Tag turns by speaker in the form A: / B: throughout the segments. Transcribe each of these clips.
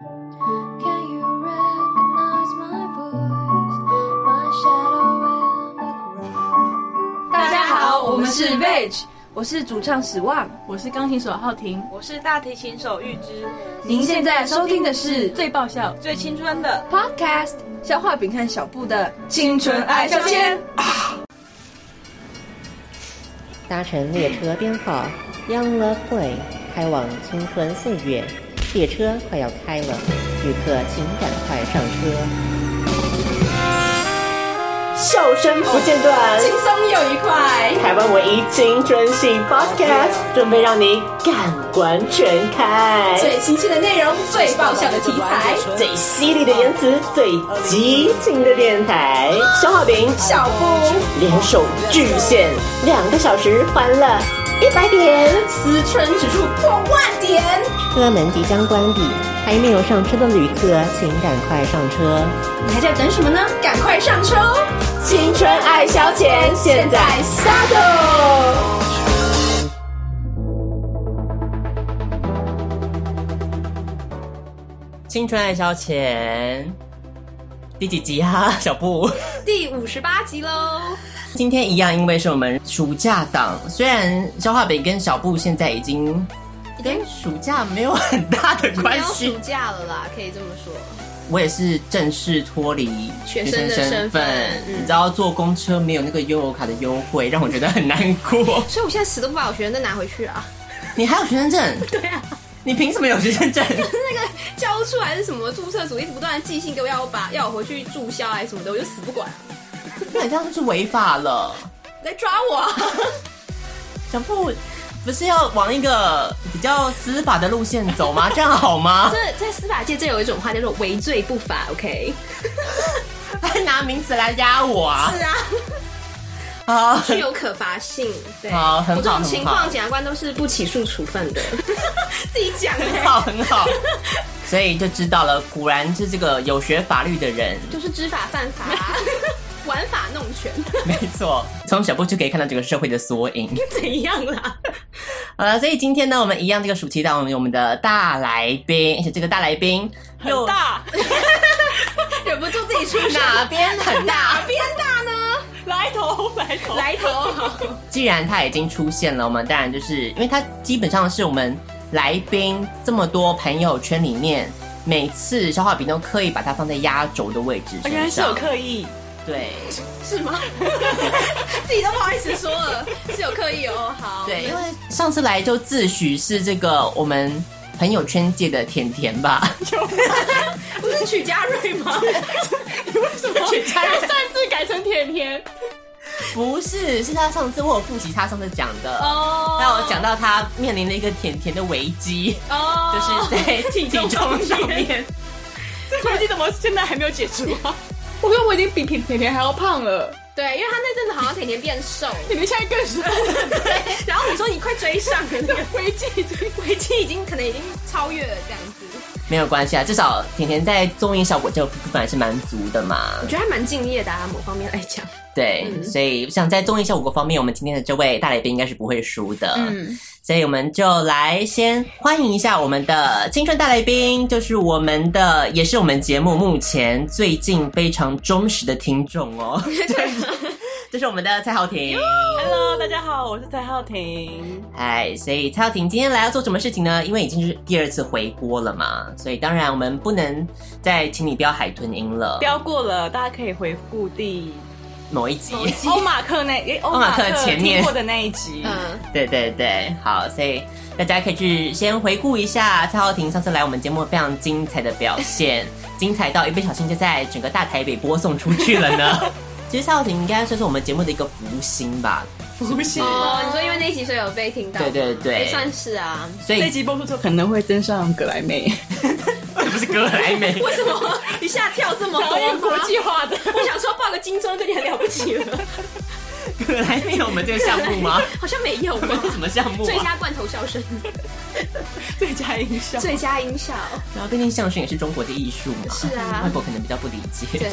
A: Can you recognize my voice? My shadow in the crowd.
B: 大家好，我们是 Veg，我是主唱史旺。
C: 我是钢琴手浩婷，
D: 我是大提琴手玉芝，
B: 您现在收听的是
C: 最爆笑，
D: 最青春的
B: Podcast 消化饼和小布的青春爱消遣。
E: 搭乘列车编号 Young Love Boy 开往青春岁月，列车快要开了，旅客请赶快上车。
F: 笑声不间断，轻松又愉快。台湾唯一青春系 Podcast，准备让你感官全开。最新鲜的内容，最爆笑的题材，最犀利的言辞，最激情的电台。小画饼、小布联手巨献，两个小时欢乐一百点。
E: 车门即将关闭，还没有上车的旅客请赶快上车。
G: 哦
F: 青春爱消遣，现在下头。
H: 青春爱消遣第几集啊？ 小布，
G: 第五十八集喽。
H: 今天一样，因为是我们暑假档，虽然消化饼跟小布现在已经跟暑假没有很大的
G: 没
H: 关
G: 有
H: 系
G: 暑，假了啦，可以这么说。
H: 我也是正式脱离
G: 学
H: 生
G: 生的
H: 身
G: 身份嗯
H: 你知道坐公车没有那个悠游卡的优惠，让我觉得很难过。
G: 所以我现在死都不把我学生证拿回去啊！
H: 你还有学生证？对啊，你凭什么有学生证？
G: 那个教务处还是什么注册组一直不断的寄信给我，要我把要我回去注销还是什么的，我就死不管啊，
H: 那你这样是违法了。
G: 来抓我啊！
H: 小布不是要往一个比较司法的路线走吗？这样好吗？
G: 这在司法界，这有一种话叫做“为罪不罚 ”，OK？
H: 还拿名词来压我啊！
G: 是啊，
H: 好，
G: 具有可罚性。对，
H: 好很好
G: 我这种情
H: 很好
G: 况，检察官都是不起诉处分的。 自己讲
H: 很
G: 的，
H: 好，很好。所以就知道了，果然是这个有学法律的人，
G: 就是知法犯法，啊 玩法弄拳，
H: 没错。从小布就可以看到这个社会的缩影。
G: 怎样啦？
H: 好了，所以今天呢，我们一样这个暑期档，我们有我们的大来宾，而且这个大来宾
D: 很
H: 又
D: 大，
G: 哦 忍不住自己出 声。
H: 哪边很大？
G: 边大呢？
D: 来头来头
G: 来头好，
H: 既然他已经出现了，我们当然就是因为他基本上是我们来宾这么多朋友圈里面，每次消化饼都刻意把它放在压轴的位置
G: 哦
D: 原来
H: 身
D: 是有
H: 上。
D: 刻意，
H: 对
G: 是吗？自己都不好意思说了，是有刻意哦。好，
H: 对，因为上次来就自诩是这个我们朋友圈界的甜甜吧，
G: 不是曲家瑞吗？
H: 去加入
D: 擅自改成甜甜
H: 不是，是他上次我有复习他上次讲的，
G: 哦
H: 那我讲到他面临了一个甜甜的危机，
G: 哦，
H: 就是在体重 上面。
D: 这关系怎么现在还没有解除啊？我看我已经比甜甜甜还要胖了，
G: 对，因为他那阵子好像甜甜变瘦，
D: 甜甜现在更瘦，
G: 然后你说你快追上了， 那个
D: 危机已经
G: 危机已经可能已经超越了这样子，
H: 没有关系啊，至少甜甜在综艺效果这个部分还是蛮足的嘛。
G: 我觉得还蛮敬业的啊，某方面来讲。
H: 对，所以我想在综艺效果方面，我们今天的这位大来宾应该是不会输的。嗯，所以我们就来先欢迎一下我们的青春大来宾，就是我们的，也是我们节目目前最近非常忠实的听众 哦。对，就是我们的蔡浩庭。
D: Hello，大家好，我是蔡浩庭。
H: 哎，所以蔡耀廷今天来要做什么事情呢？因为已经是第二次回锅了嘛，所以当然我们不能再请你不要海豚音了。
D: 标过了，大家可以回顾第
H: 某一集，
D: 欧马克那诶欧
H: 马克前面
D: 听过的那一集，
G: 嗯，
H: 对对对，好，所以大家可以去先回顾一下蔡浩庭上次来我们节目非常精彩的表现，精彩到一不小心就在整个大台北播送出去了 呢。其实蔡浩庭应该算是我们节目的一个福星吧，
D: 福星。
G: 哦，你说因为那一集所以有被听到，
H: 对对对
G: 也算是啊。
H: 所
D: 这
H: 以
D: 集播出之后可能会登上格莱美，
H: 不是哥还没。
G: 为什么一下跳这
C: 啊
G: 么
D: 导演
G: 多？
D: 国际化 的。
G: 我想说报个金钟对你很了不起了，
H: 葛莱美有我们这个项目吗？
G: 好像没有
H: 我们
G: 吧
H: 是？什么项目
G: 最
H: 啊？
G: 佳罐头笑声，
D: 最佳音效，
G: 最佳音效，
H: 然后毕竟相声也是中国的艺术嘛，
G: 是啊
H: 外国可能比较不理解。
G: 对，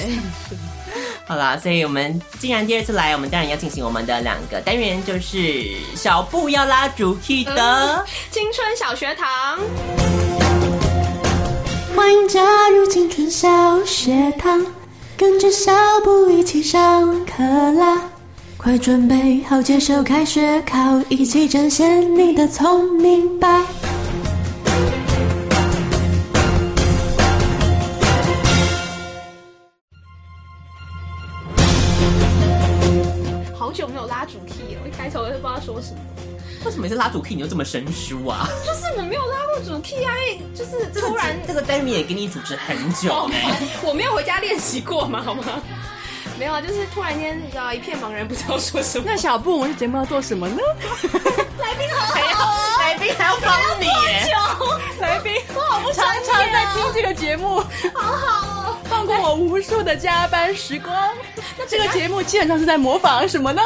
H: 好啦，所以我们既然第二次来，我们当然要进行我们的两个单元，就是小布要拉
G: 嗯
H: 主 key 的。
G: 青春小学堂。
H: 欢
A: 迎加入青春小学堂，跟着小布一起上课啦！快准备好接受开学考，一起展现你的聪明吧！
D: 好久没有拉主 key 了，我一开头我就不知道说什么。
H: 为什么每次拉主 key 你就这么生疏啊？
D: 就是我们没有拉过主 key 啊，因为就是突然
H: 这个单元也给你主持很久哎、
D: 我没有回家练习过嘛，好吗？没有，啊，就是突然间你知道一片茫然，不知道 说什么。
C: 那小布，我们这节目要做什么呢？
H: 来宾啊还要帮你、
C: 来宾，我
D: 哦
C: 好不常常在听这个节目，好好、哦，放过我无数的加班时光。那这个节目基本上是在模仿什么呢？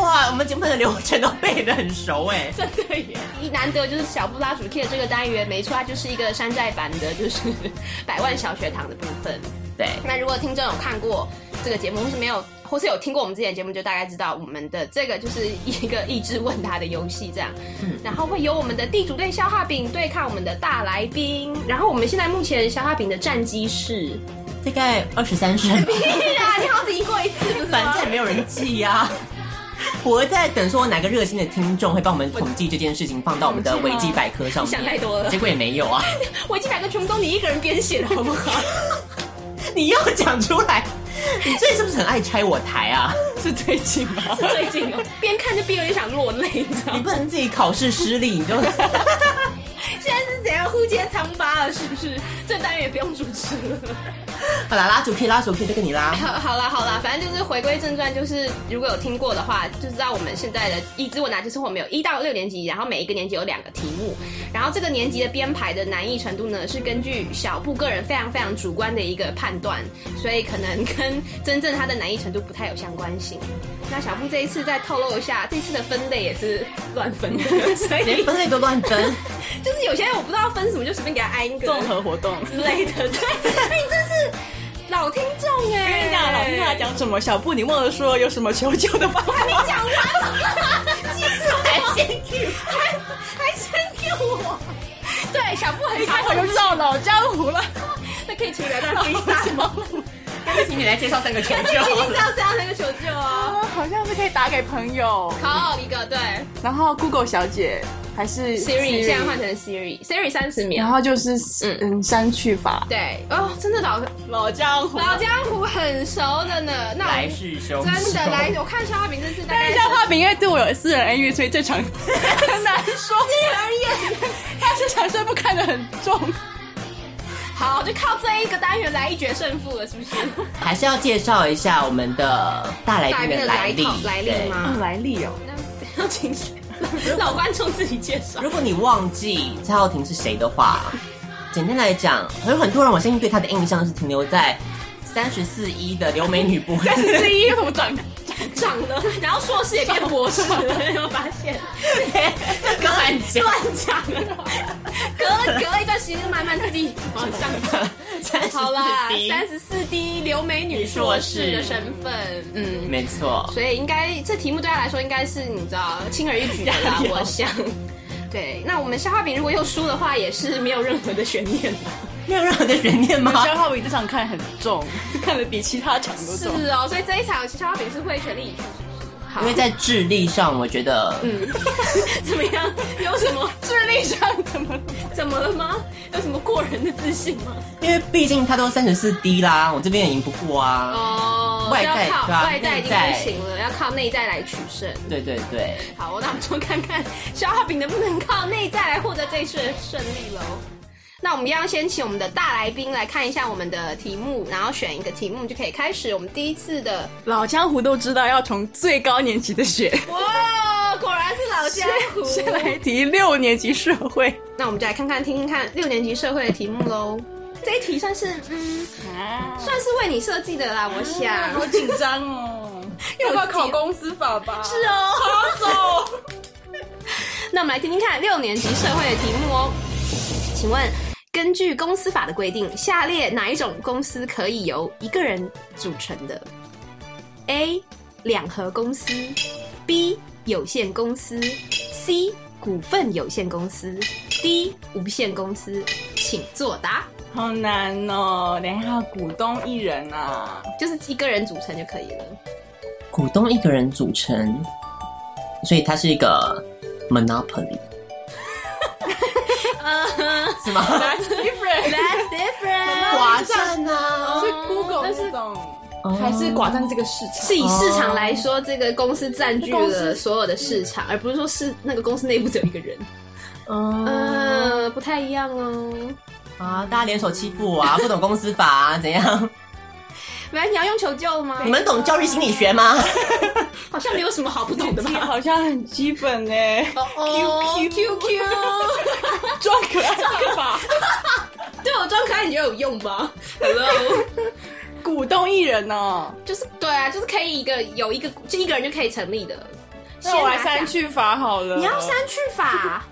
H: 哇，我们节目的流程都背得很熟哎、
D: 真的耶！
G: 一难得就是小布拉主 K 的这个单元，没错，它就是一个山寨版的，就是百万小学堂的部分。
H: 对，
G: 那如果听众有看过这个节目，或是没有，或是有听过我们之前的节目，就大概知道我们的这个就是一个益智问答的游戏 这样。然后会有我们的地主对消化饼对抗我们的大来宾。然后我们现在目前消化饼的战绩是，
H: 大概二十三声，
G: 对啊，你好像赢过一次，不是
H: 反
G: 吗
H: 正也没有人记呀、我在等说哪个热心的听众会帮我们统计这件事情，放到我们的维基百科上面。
G: 你想太多了
H: 结果也没有啊！
G: 维基百科全部都你一个人编写的好不好？
H: 你又讲出来，你最近是不是很爱拆我台 啊？
C: 是最近吗？
G: 最近哦，边看就边有点想落泪，你知道
H: 你
G: 吗？
H: 不能自己考试失利，你就
G: 现在是怎样互揭疮疤啊了？是不是？这单元也不用主持了。
H: 好啦，拉主 K 拉主 K 就跟你 拉。
G: 好，好啦，好啦，反正就是回归正传，就是如果有听过的话，就知道我们现在的益智问答就是我们有一到六年级，然后每一个年级有两个题目，然后这个年级的编排的难易程度呢，是根据小布个人非常非常主观的一个判断，所以可能跟真正它的难易程度不太有相关性。那小布这一次再透露一下，这次的分类也是乱分的，所以
H: 连分类都乱分，
G: 就是有些人我不知道分什么，就随便给他安一个
C: 综合活动。
G: 之类的。 对，哎，你真是老听众哎、
C: 跟你讲，老听他讲什么？小布，你忘了说有什么求救的方法？
G: 还没讲 完，气死我！还先 Q，还还先 Q 我。对，小布很
C: 一开
G: 开
C: 头就知道老江湖了。
G: 那可以请你来当飞沙吗？
H: 请你来介绍三个球
G: 可以请 你知道这样那个求救哦。
C: 啊，好像是可以打给朋友，
G: 考一个对
C: 然后 Google 小姐还是
G: Siri，现在换成 Siri，Siri 三十
C: 然
G: 秒。
C: 后就是
G: 嗯
C: 嗯删去法，
G: 对哦，真的老
C: 老江湖
G: 老江湖很熟的呢。那
H: 来
G: 我
H: 势汹汹，
G: 真的来，我看肖化饼这次大
C: 但
G: 概
C: 是像画饼，因为对我有私人恩怨，所以这场 很难说。私人恩怨，他这场胜负看得很重。
G: 好，就靠这一个单元来一决胜负了，是不是？
H: 还是要介绍一下我们的大来
G: 大
H: 宾
G: 兵
H: 的
G: 的
H: 来
G: 来
H: 历
G: 头来历
H: 对
G: 吗？
C: 来历哦，
G: 嗯那要请 老观众自己介绍。
H: 如果你忘记蔡浩庭是谁的话， 简单来讲，有很多人我相信对他的印象是停留在三十四一的留美女部。
C: 四一怎么转？
G: 长了，然后硕士也变博士 了，有没有发现？
H: 乱讲
G: 乱讲了，隔了隔了一段时间就慢慢自己 往上涨。
H: 三十
G: 好啦
H: 四，一，
G: 三十四 D 留美女硕士的身份，嗯，
H: 没错。
G: 所以应该这题目对他来说应该是你知道轻而易举的 啦，我想。对，那我们消化饼如果又输的话，也是没有任何的悬念了。
H: 没有任何的悬念吗？
C: 肖浩伟这场看很重，看得比其他场都
G: 是
C: 重。
G: 哦，所以这一场消化饼是会全力以赴，是不是？好
H: 因为，在智力上，我觉得，
G: 嗯 怎么样？有什么
C: 智力上怎么？
G: 怎么了吗？有什么过人的自信吗？
H: 因为毕竟他都三十四 D 啦，我这边也赢不过啊。
G: 哦，
H: 外
G: 是要
H: 在
G: 靠
H: 对啊
G: 外在已
H: 内
G: 经
H: 在
G: 不行了，要靠内在来取胜。
H: 对对对，
G: 好，那我们就看看小浩饼能不能靠内在来获得这一次的胜利喽。那我们要先请我们的大来宾来看一下我们的题目，然后选一个题目就可以开始我们第一次的。
C: 老江湖都知道要从最高年级的学，
G: 哇，果然是老江湖。
C: 先来提六年级社会。
G: 那我们就来看看听听看六年级社会的题目喽。这一题算是嗯，算是为你设计的啦，我想。
C: 啊 紧 张哦，要不要考公司法吧？
G: 是哦，好走。 那我们来听听看六年级社会的题目哦。请问，根据公司法的规定，下列哪一种公司可以由一个人组成的？A. 两合公司，B. 有限公司，C. 股份有限公司 D 无限公司，请作答，
D: 好难哦！等一下，股东一人啊，
G: 就是一个人组成就可以了。
H: 股东一个人组成，所以它是一个 monopoly，是吗？
G: That's different，
D: 寡占啊，是 Google 那种。还是寡占这个市场，
G: 是以市场来说，这个公司占据了所有的市场，而不是说是那个公司内部只有一个人。嗯、不太一样哦。
H: 啊，大家联手欺负我 啊，不懂公司法啊，怎样？
G: 来，你要用求救吗？
H: 你们懂教育心理学吗？
G: 好像没有什么好不懂的
D: 你
G: 吧？
D: 好像很基本哎、
G: 哦哦 Q Q，
D: 装可爱干嘛？
G: 对我装可爱你觉得有用吧？Hello，
D: 股东一人哦，
G: 就是对啊，就是可以一个有一个就一个人就可以成立的。
D: 那我来
G: 先拿
D: 删
G: 下，
D: 去法好 了。
G: 你要删去法。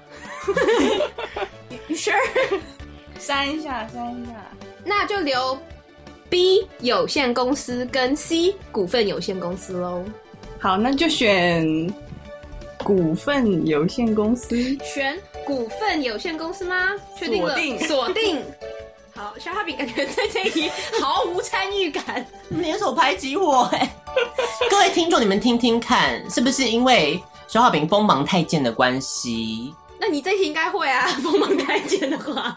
D: 删一下，删一下。
G: 那就留 B 有限公司跟 C 股份有限公司 喽。
D: 好，那就选股份有限公司。
G: 选股份有限公司吗？确定了，
D: 锁定
G: 锁定。好，小哈饼感觉对这一题毫无参与感。
H: 你们 联手排挤我哎、 各位听众，你们听听看，是不是因为小好饼锋芒太健的关系，
G: 那你这题应该会啊， 锋芒太监的 话，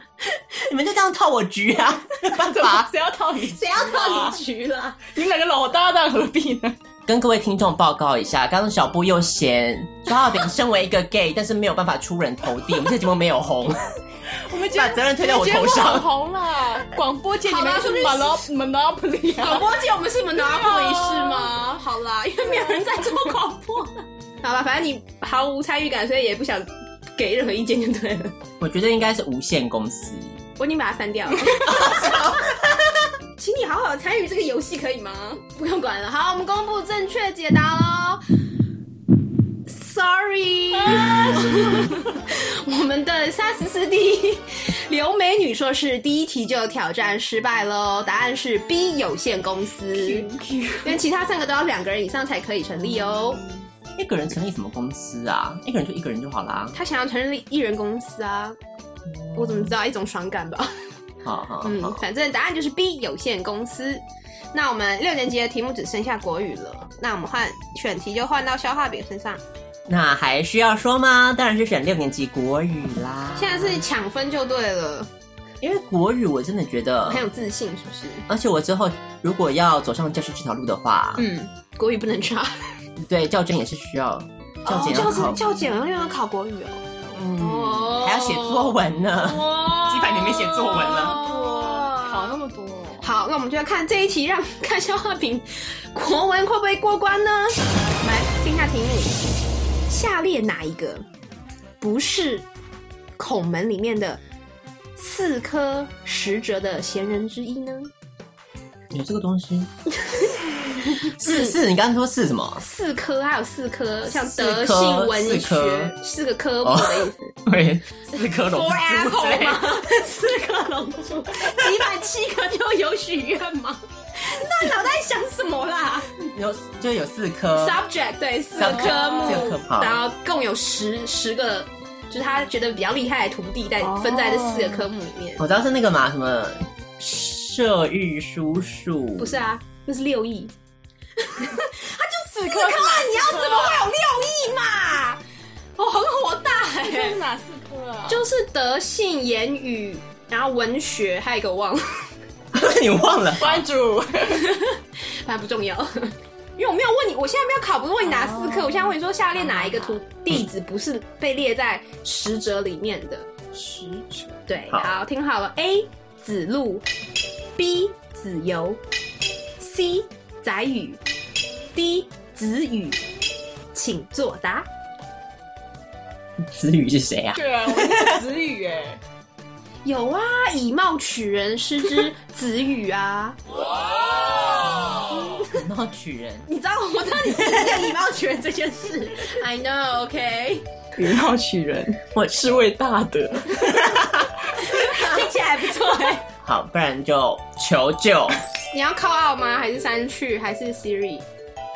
H: 你们就这样套我局 啊？没办法，
D: 谁要套你？
G: 谁要套你局啦？
D: 你们两个老搭档何必呢？
H: 跟各位听众报告一下，刚刚小布又嫌小好饼身为一个 gay，但是没有办法出人头地，我们这节目没有 红，
D: 我们今
H: 把
D: 天
H: 责任推到我头
D: 节目很
H: 上。
D: 红了，广播界你们
G: 好
D: 是
G: 啦
D: monop- monopoly
G: 广
D: 啊。
G: 播界我们是 monopoly 是吗？好啦，因为没有人在做广播。 好了，反正你毫无参与感，所以也不想给任何意见就对了。
H: 我觉得应该是无限公司。
G: 我已经把它删掉了。 请你好好参与这个游戏，可以吗？不用管了。好，我们公布正确解答喽。Sorry，、我们的三十四 D 刘美女硕士第一题就挑战失败喽，答案是 B 有限公司，因为其他三个都要两个人以上才可以成立哦。
H: 一个人成立什么公司啊？一个人就一个人就好啦。
G: 他想要成立一人公司啊，我怎么知道？一种爽感吧。
H: 好好好，
G: 嗯，反正答案就是 B 有限公司。那我们六年级的题目只剩下国语了，那我们换选题就换到消化饼身上。
H: 那还需要说吗？当然是选六年级国语啦。
G: 现在是抢分就对了，
H: 因为国语我真的觉得
G: 很有自信是不是？
H: 而且我之后如果要走上教师这条路的话，
G: 嗯，国语不能 差。
H: 对教甄也是需要教
G: 嗯
H: 检要
G: 哦教
H: 考，
G: 检教检要要考国语哦，
H: 嗯，还要写作文呢，几百年没写作文了。
D: 考那么多，
G: 好，那我们就要看这一题让，看消化饼国文会不会过关呢？我们来听一下题目：下列哪一个不是孔门里面的四颗石哲的贤人之一呢？
H: 有这个 东西？是是，你刚刚说是什么？
G: 四颗还有四颗，像
H: 四
G: 德
H: 颗
G: 性、文
H: 四颗
G: 学四个科目的意思。
H: 对，四颗龙
G: Four
H: 珠
G: apple
H: 对
G: 吗？四颗龙珠，几百七颗就有许愿吗？ 那脑袋想什么啦？
H: 有就有四颗。
G: subject 对四个科
H: 四个科
G: 目
H: 目，
G: 然后共有十十个，就是他觉得比较厉害的徒弟，在分在这四个科目里面。
H: 我知道是那个嘛，什么射日叔叔？
G: 不是啊，那是六亿。他就四颗
D: 颗
G: 啊！
D: 是哪四颗啊
G: 你要怎么会有六亿嘛？哦，很火大哎、
D: 这是哪四颗啊？
G: 就是德性、言语，然后文学，还有一个我忘了，
H: 你忘了？
D: 关注，
G: 反正不重要。 因为我没有问你，我现在没有考，不是问你哪四科，我现在问你说下列哪一个徒弟子不是被列在十哲里面的？
D: 十九
G: 对，
H: 好
G: 好，听好了：A 子路，B 子游，C 载宇，D 子羽，请作答。
H: 子宇是谁啊？
D: 对啊，我是子语哎，
G: 有啊，以貌取人，失之子羽啊！
H: 然后取人，
G: 你知道，我知道你是在以貌取人这件事。I know, OK，
D: 以貌取人，
H: 我
D: 是为大德。
G: 听起来还不错哎、
H: 好，不然就求救。
G: 你要靠傲吗？还是删去？还是 Siri？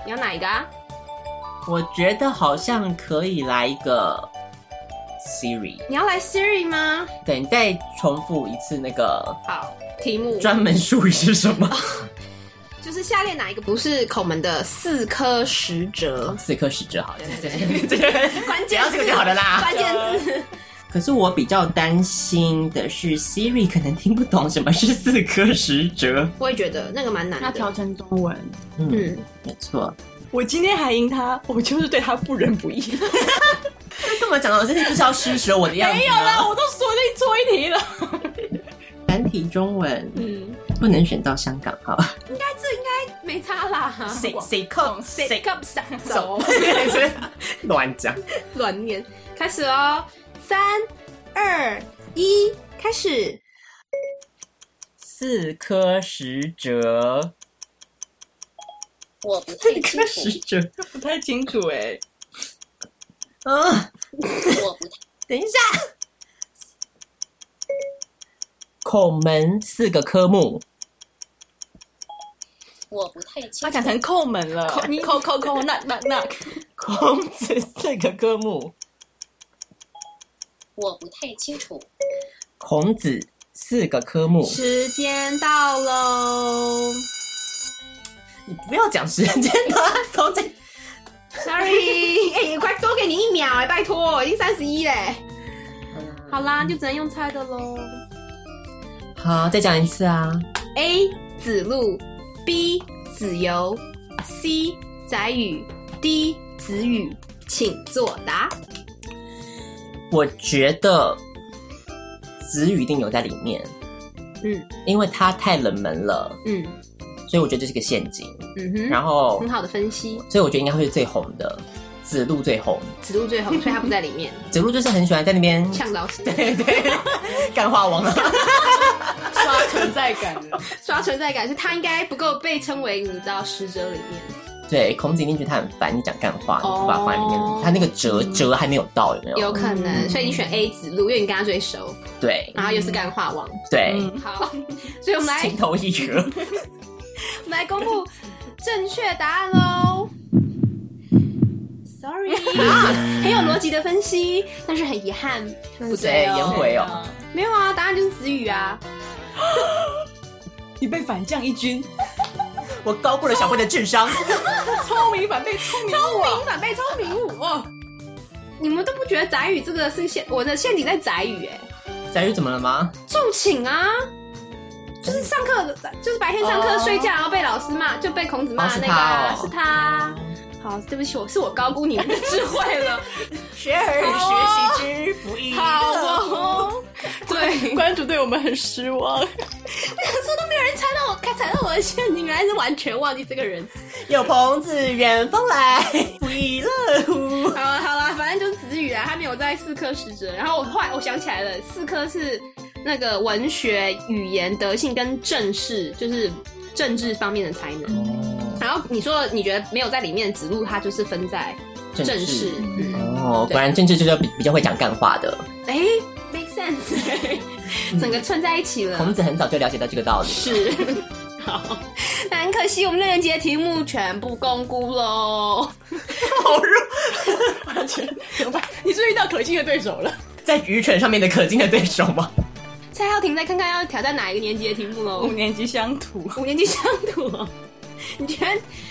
G: 你要哪一个啊？
H: 我觉得好像可以来一个 Siri。
G: 你要来 Siri 吗？
H: 对，你再重复一次那个
G: 好，题目
H: 专门术语是什么？
G: 就是下列哪一个不是孔门的四颗石折？
H: 四颗石折，好了，这这这这
G: 关
H: 只
G: 键
H: 要这个就好了啦。
G: 关键字，
H: 可是我比较担心的是，Siri 可能听不懂什么是四颗石折。
G: 我也觉得那个蛮难
C: 要
G: 的。
C: 调成中文。
G: 嗯，
H: 没错，
C: 我今天还赢他，我就是对他不仁不义。
H: 干嘛讲到我真的就是要施舍我的样子？
C: 没有啦，，我都说那错一题了。
H: 繁体中文，嗯，不能选到香港，好吧？
G: 没差啦，
H: 谁谁控谁控
G: 上走
H: 乱讲？
G: 乱念，开始哦，三二一，开始。
H: 四颗石折，
I: 我不太
H: 四
I: 清
H: 颗石
I: 楚，
H: 折
C: 不太清楚哎、
H: 啊！
I: 我不太
H: 等一下，孔门四个科目，
I: 我不太清
C: 他
I: 楚
C: 讲，成叩门了，叩叩叩，那那那，
H: 孔子四个科目，
I: 我不太清楚，
H: 孔子四个科目。
G: 时间到喽
H: 你不要讲时间的啊，从这
G: ，Sorry，哎、 快多给你一秒哎、拜托，已经三十一嘞。好啦，就只能用猜的喽。
H: 好，再讲一次啊。
G: A 子路，B 子游，C 载宇，D 子语，请作答。
H: 我觉得子语一定有在里面，
G: 嗯
H: 因为它太冷门了，
G: 嗯
H: 所以我觉得这是个陷阱。
G: 嗯
H: 然后
G: 哼，很，好的分析。
H: 所以我觉得应该会是最红的，子路最红。
G: 子路最红，所以他不在里 面。
H: 子路就是很喜欢在那边
G: 呛老师，
H: 对对 干话王啊了。
C: 刷存在感了。
G: 刷存在感，所以他应该不够被称为你知道十哲里面。
H: 对，孔子一定觉得他很烦，你讲干话，你
G: 哦嗯
H: 不把它放在里面，他那个折折还没有到，有没有？
G: 有可能，所以你选 A 子路，因为你跟他最熟，
H: 对
G: 然后又是干化王。
H: 对，
G: 好，所以我们嗯来
H: 情投意合。
G: 我们来公布正确答案喽。Sorry，很 啊有逻辑的分析，但是很遗憾，不对
H: 颜
G: 哦。
H: 回哦，
G: 没有啊，答案就是子语啊。
C: 你被反将一军，
H: 我高估了小慧的智 商。
C: 聪明反被聪明误
G: 聪明反被聪明误哦。你们都不觉得宅语这个是陷我的陷阱在宅语哎、
H: 小玉怎么了吗？
G: 重请啊，就是上课就是白天上课睡觉，然后被老师骂，就被孔子骂的那个啊
H: 哦
G: 哦是他啊。好，对不起，我是我高估你们的智慧了。
H: 学而学习之不 亦
G: 好哦， 对，
C: 关主对我们很失 望。
G: 可是都没有人猜到我，猜到我的陷阱，原来是完全忘记这个人。
H: 有朋自远方来，不亦乐乎？
G: 好了好了，反正就是子语啊，他没有在四科十哲。然后我后来我想起来了，四科是呃那个文学、语言、德性跟政事，就是政治方面的才
H: 嗯
G: 能。然后你说你觉得没有在里面的子路，它就是分在
H: 政
G: 政事
H: 治。，
G: 嗯，
H: 哦，果然政治就是比比较会讲干话的。
G: 哎，make sense，哎整个串在一起了。
H: 孔子很早就了解到这个道理。
G: 是。 好，那很可惜，我们六年级的题目全部公估喽。
C: 完全怎么办？你是遇到可敬的对手了。
H: 在愚蠢上面的可敬的对手吗？
G: 蔡浩庭，再看看要挑战哪一个年级的题目喽
C: 五？年级乡土，
G: 五年级乡土哦、 你觉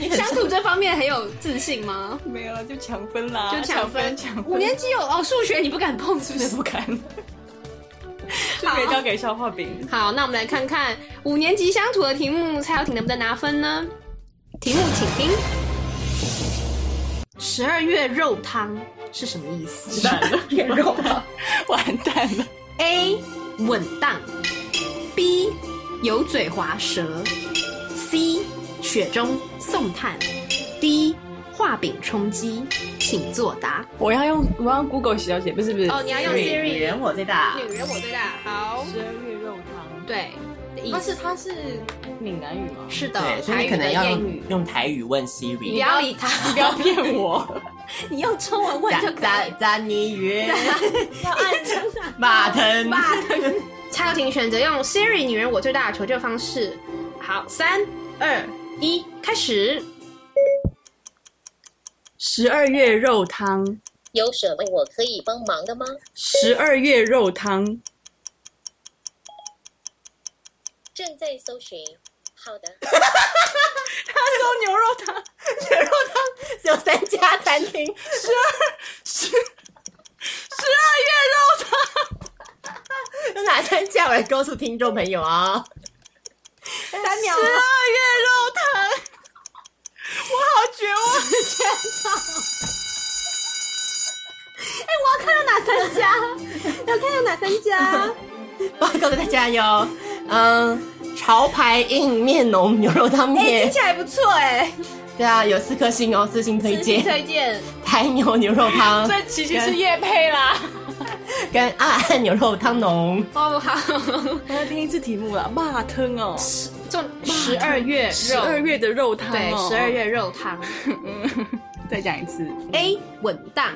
G: 得乡土这方面很有自信吗？
C: 没有了就抢分啦，
G: 就
C: 抢
G: 抢分，
C: 抢分。
G: 五年级有哦，数学你不敢碰是不是？
C: 不敢，就可以交给消化饼。
G: 好，那我们来看看五年级乡土的题目，蔡耀廷能不能拿分呢？题目请听：十二月肉汤是什么意思？
C: 变肉了，完蛋了。
G: A 稳当，B 油嘴滑舌，C 雪中送炭，D 画饼充饥，请作答。
C: 我要用我要用 Google 小姐，不是不是
G: 哦，你要用 Siri，
H: 人我最大
G: 女人我最大，好，
C: 十二月肉汤，
G: 对，
C: 它是它是闽南语吗？
G: 是
H: 对，
G: 的，
H: 所
G: 台
H: 以你
G: 语
H: 可
G: 的
H: 能要
G: 谚
H: 用
G: 语，
H: 用台语问 Siri。
G: 你不要理他，
C: 不要骗我，
G: 你用中文问 就可以。
H: 咱你 云， 马腾，
G: 骂他。蔡耀廷选择用 Siri 女人我最大的求救方式。好，三二一，开始。
C: 十二月肉汤
I: 有什么我可以帮忙的吗？
C: 十二月肉汤，
I: 正在搜寻。好的，
C: 他搜牛肉汤，
H: 牛肉汤只有三家餐厅，
C: 十二月肉汤。
H: 有哪三家？我来 告诉听众朋友啊。
G: 三秒
C: 十二月肉汤，我好绝望！
G: 要看有哪三 家？
H: 报告给大家哟，嗯，潮牌硬面浓牛肉汤面，
G: 哎起来不错哎，
H: 对啊，有四颗星哦，四星推荐。
G: 推荐
H: 台牛牛肉 汤
D: 这其实是叶配啦，
H: 跟阿汉牛肉汤浓，
G: 哦好，
C: 我要听一次题目了，麻汤哦，
G: 中十二月
C: 十
G: 肉，
C: 二月的肉汤
G: 对
C: 哦，
G: 十二月肉 汤。
C: 再讲一次，
G: A 稳当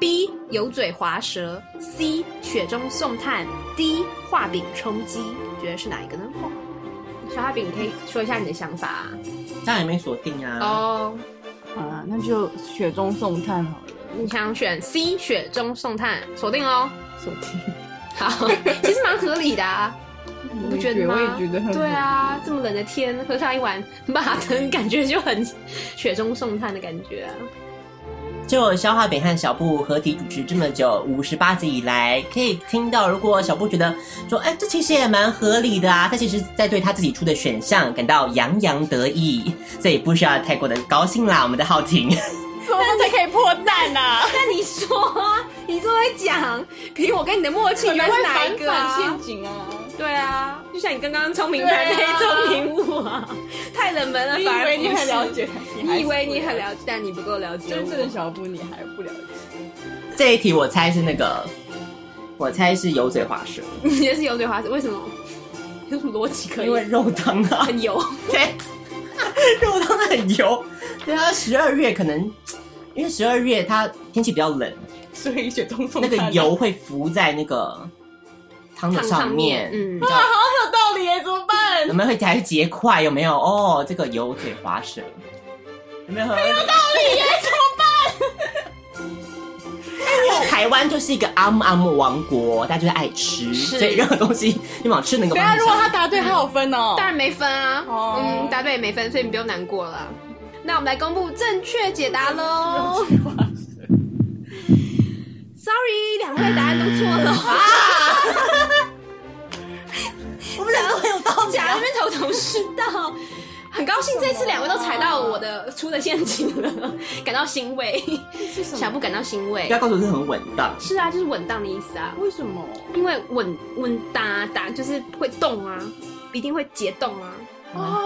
G: ，B 油嘴滑舌，C 雪中送炭，D 画饼充饥。你觉得是哪一个呢？小画饼，你可以说一下你的想法啊。
H: 这样也没锁定啊。
G: 哦，
C: 啊，那就雪中送炭好了，
G: 你想选 C 雪中送炭，锁定喽。
C: 锁定。
G: 好， 其实蛮合理的啊。你不觉得吗？
C: 我也觉得很
G: 对啊，这么冷的天，喝上一碗马腾，感觉就很雪中送炭的感觉 啊。
H: 就消化饼和小布合体主持这么久，五十八集以来，可以听到，如果小布觉得说，哎，这其实也蛮合理的啊，他其实在对他自己出的选项感到洋洋得意，所以不需要太过的高兴啦。我们的浩婷，
D: 怎
C: 啊
D: 么才可以破蛋呐？
G: 那你说啊，你这么会讲，凭我跟你的默契，你
D: 你
G: 们
D: 们
G: 是
D: 会
G: 哪一
D: 反
G: 个、啊
D: 反？陷阱啊！
G: 对啊，就像你刚刚聪明反被聪明误啊，太冷门了，
D: 你以
G: 反而
D: 为
G: 不
D: 你很
G: 是
D: 了解，
G: 你以为你
D: 还
G: 很了解，但你不够了解
D: 是不了解真正的
G: 我。
D: 小布，你还不了 解。
H: 这一题我猜是那个，我猜是油嘴滑舌，
G: 你也是油嘴滑舌，为什么？ 有什么逻辑可
H: 因为
G: 以？
H: 肉汤啊，
G: 很油，
H: 对， 肉汤很油，对啊，十二月可能。因为十二月它天气比较冷，
D: 所以雪中送
H: 那
D: 炭
C: 啊
H: 个 油会浮在那个汤的
G: 烫
H: 上面，
G: 嗯
H: 比，较
D: 有道理耶，怎么办
H: 我？们会还结块有没有？哦，这个油嘴滑舌，有没有？很有道 理耶，怎么办？台湾就是一个阿姆阿姆王国，大家就是爱吃，所以任何东西你往吃那个
C: 等
H: 方向
C: 一下如果他答对，他有分哦
G: 当。然没分啊，
C: 哦
G: 嗯，答对也没分，所以你不用难过了。那我们来公布正确解答喽。Sorry，两位答案都错了啊！
H: 嗯 我们两个很有道理
G: 假
H: 啊
G: 如边头头是道，很高兴这次两位都踩到我的出的陷阱了，感到欣慰。小布感到欣慰
H: 不。要告诉我是很稳当，
G: 是啊，就是稳当的意思啊，
C: 为什么？
G: 因为稳稳打打就是会动啊，一定会解冻啊。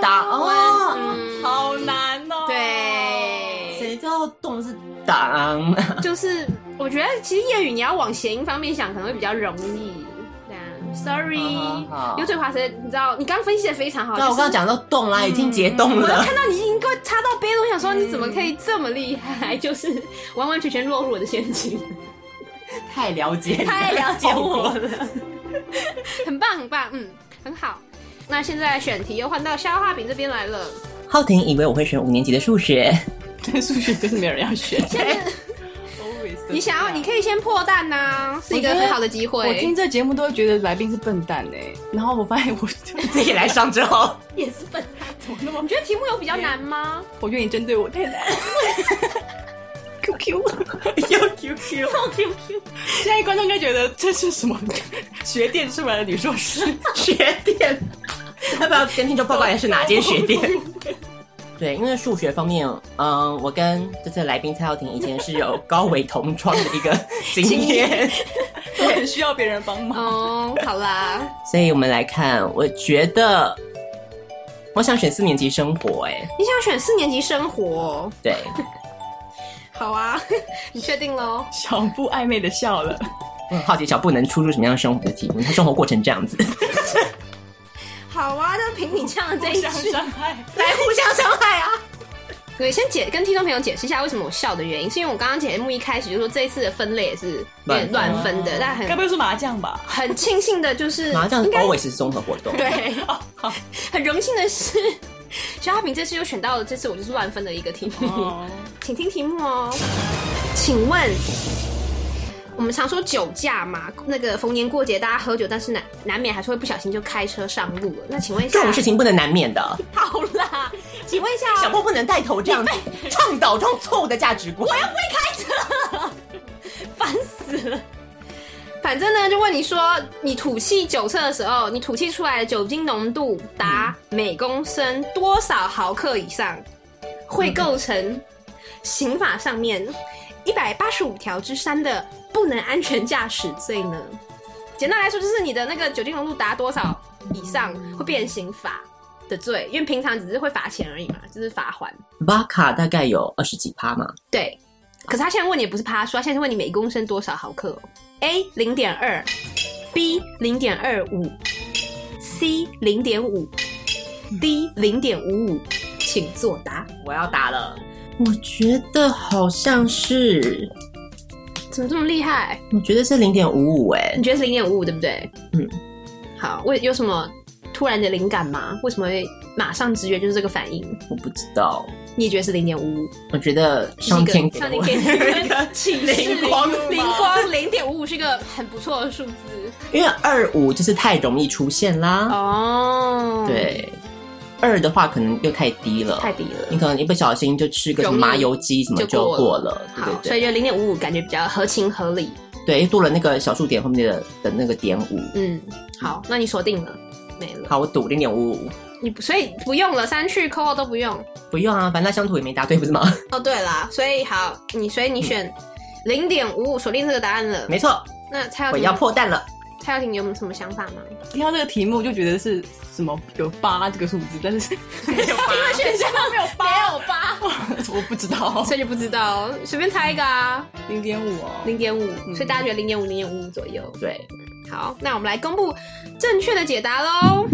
H: 打哦，
G: 嗯，
D: 好难哦。
G: 对，
H: 谁知道动是挡？
G: 就是我觉得其实谚语你要往谐音方面想，可能会比较容易。对啊
H: 好好好
G: Sorry，油嘴滑舌，你知道你刚分析的非常好。
H: 那啊我
G: 就是
H: 刚刚讲到动啦，已经结冻
G: 我
H: 了。
G: 看到你已经快插到杯了，我想说你怎么可以这么厉害？就是完完全全落入我的陷阱，
H: 太了解你，
G: 太了解我
H: 了。
G: 很棒很棒，嗯，很好。那现在选题又换到消化饼这边来了，
H: 浩婷以为我会选五年级的数学，
D: 但数学就是没有人要学。
G: 现在你想要，你可以先破蛋呐、是一个很好的机会。
C: 我听这节目都会觉得来宾是笨蛋哎，然后我发现我
H: 自己来上之 后，
G: 也是笨 蛋，怎么那么？你觉得题目有比较难吗？
C: 我愿意针对我太难。QQ，
H: 又 QQ。
C: 现在观众应该觉得这是什么 学电出来的女硕士？
H: 学店，要不要跟听众报告一下是哪间学店？ 对，因为数学方面，嗯，我跟这次的来宾蔡耀婷以前是有高维同窗的一个经验，
D: 我 很需要别人帮忙。
G: 哦，好啦，
H: 所以我们来看，我觉得我想选四年级生活、哎，
G: 你想选四年级生活，
H: 对，
G: 好啊， 你确定喽？
D: 小布暧昧的笑了，
H: 我很好奇小布能出出什么样生活的题目，他生活过成这 样子，
G: 好啊，那凭你这样的这一
D: 相
G: 句，
D: 伤害。
H: 来互相伤害啊！
G: 对，先解跟听众朋友解释一下为什么我笑的原因，是因为我刚刚节目一开始就说这一次的分类也是有点
H: 乱
G: 乱
H: 分
G: 分的，但
D: 该
G: 很
D: 不会是麻将吧？
G: 很庆幸的就是
H: 麻将
G: 应该
H: always 是综合活动，
G: 对，
D: 哦
G: 很荣幸的是。
D: 哦
G: 小阿平这次又选到了，这次我就是乱分的一个题目，请听题目哦。请问，我们常说酒驾嘛，那个逢年过节大家喝酒，但是难难免还是会不小心就开车上路了。那请问一
H: 这
G: 下，
H: 种事情不能难免的。
G: 好啦，请问一下，
H: 小莫不能带头这样子倡导这种错误的价值观。我要
G: 烦死了。反正呢，就问你说，你吐气酒测的时候，你吐气出来的酒精浓度达每公升多少毫克以上，会构成刑法上面一百八十五条之三的不能安全驾驶罪呢？简单来说，就是你的那个酒精浓度达多少以上会变成刑法的罪，因为平常只是会罚钱而已嘛，就是罚款。
H: 巴卡大概有二十几趴嘛，
G: 对，可是他现在问你也不是趴数，他现在是问你每公升多少毫克、哦、？A 零点二，B 零点二五，C 零点五，D 零点五五，请作答。
H: 我要打了。我觉得好像是，
G: 怎么这么厉害？
H: 我觉得是零点五五哎
G: 你，觉得是零点五五对不对？
H: 嗯，
G: 好，为有什么突然的灵感吗？为什么会马上直觉就是这个反应？
H: 我不知道，
G: 你也觉得是零点五五？
H: 我觉得上天给
G: 上
H: 了
G: 天
H: 我
G: 给你
H: 一
G: 的
H: 个
G: 启示，
H: 灵光
G: 灵光零点五五是一个很不错的数字
H: 因为二五就是太容易出现啦。
G: 哦，，
H: 对，二的话可能又太低了，
G: 太低了。
H: 你可能一不小心就吃个什么麻油鸡什么就过了，对
G: 好，所
H: 对
G: 以
H: 对，
G: 就零点五五感觉比较合情合理。
H: 对，多了那个小数点后面的的那个点五。
G: 嗯，好，那你锁定了，没了。
H: 好，我赌零点五五，
G: 你不所以不用了，删去扣号都不用。
H: 不用啊，反正那乡土也没答对，不是 吗？
G: 哦，对啦，所以好，你所以你选零点五五锁定这个答案了。
H: 没错，
G: 那蔡耀
H: 我
G: 廷
H: 要破蛋了。
G: 蔡耀廷有没有什么想法吗？
C: 听到这个题目就觉得是什么有八这个数字，但是没有八，因为选项没有八，没有八， 我不知道
G: 哦所以就不知道，随便猜一个啊，
C: 零点五哦。
G: 零点五，所以大家觉得零点五零点五五左右。
H: 对，
G: 好，那我们来公布正确的解答喽。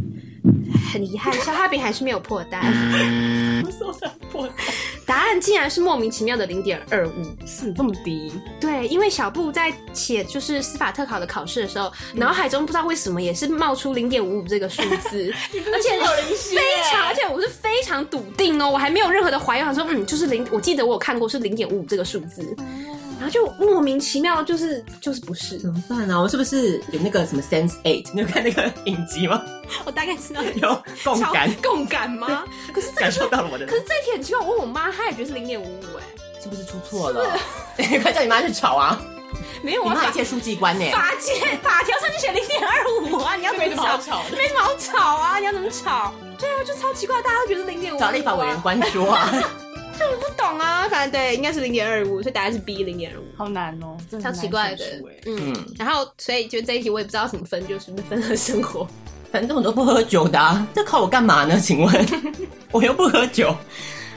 G: 很遗憾，消化饼还是没有破蛋。答案竟然是莫名其妙的零点二五。
C: 是这么低，
G: 对，因为小布在写就是司法特考的考试的时候，脑海中不知道为什么也是冒出零点五五这个数字， 而且非常，而且我是非常笃定哦，我还没有任何的怀疑，我想说嗯，就是零，我记得我有看过是零点五五这个数字，然后就莫名其妙就是就是不是，
H: 怎么办啊？我是不是有那个什么 Sense Eight？你有看那个影集吗？
G: 我大概知道
H: 有共
G: 超
H: 感，
G: 共感吗？可是这
H: 感受到了我的
G: 可。是这一题很奇怪，我问我妈，她也觉得是零点五五哎，
H: 是不是出错了？ 快叫你妈去吵 啊！
G: 没有
H: 你
G: 啊，
H: 妈
G: 法
H: 一切书记官呢？
G: 法界法条上就写零点二五啊，你要怎么吵？没什么好吵啊，你要怎么吵？对啊，就超奇怪，大家都觉得零点五，
H: 找立法委员官说啊！
G: 不懂啊，反正对，应该是零点二五，所以答案是 B 零点二五。
C: 好难哦，真的
G: 超
C: 很
G: 奇怪的
C: 难算数哎，
G: 嗯，
H: 嗯，
G: 然后所以就这一题我也不知道怎么分，就是分了生活。
H: 反正我都不喝酒的、啊，这考我干嘛呢？请问， 我又不喝酒。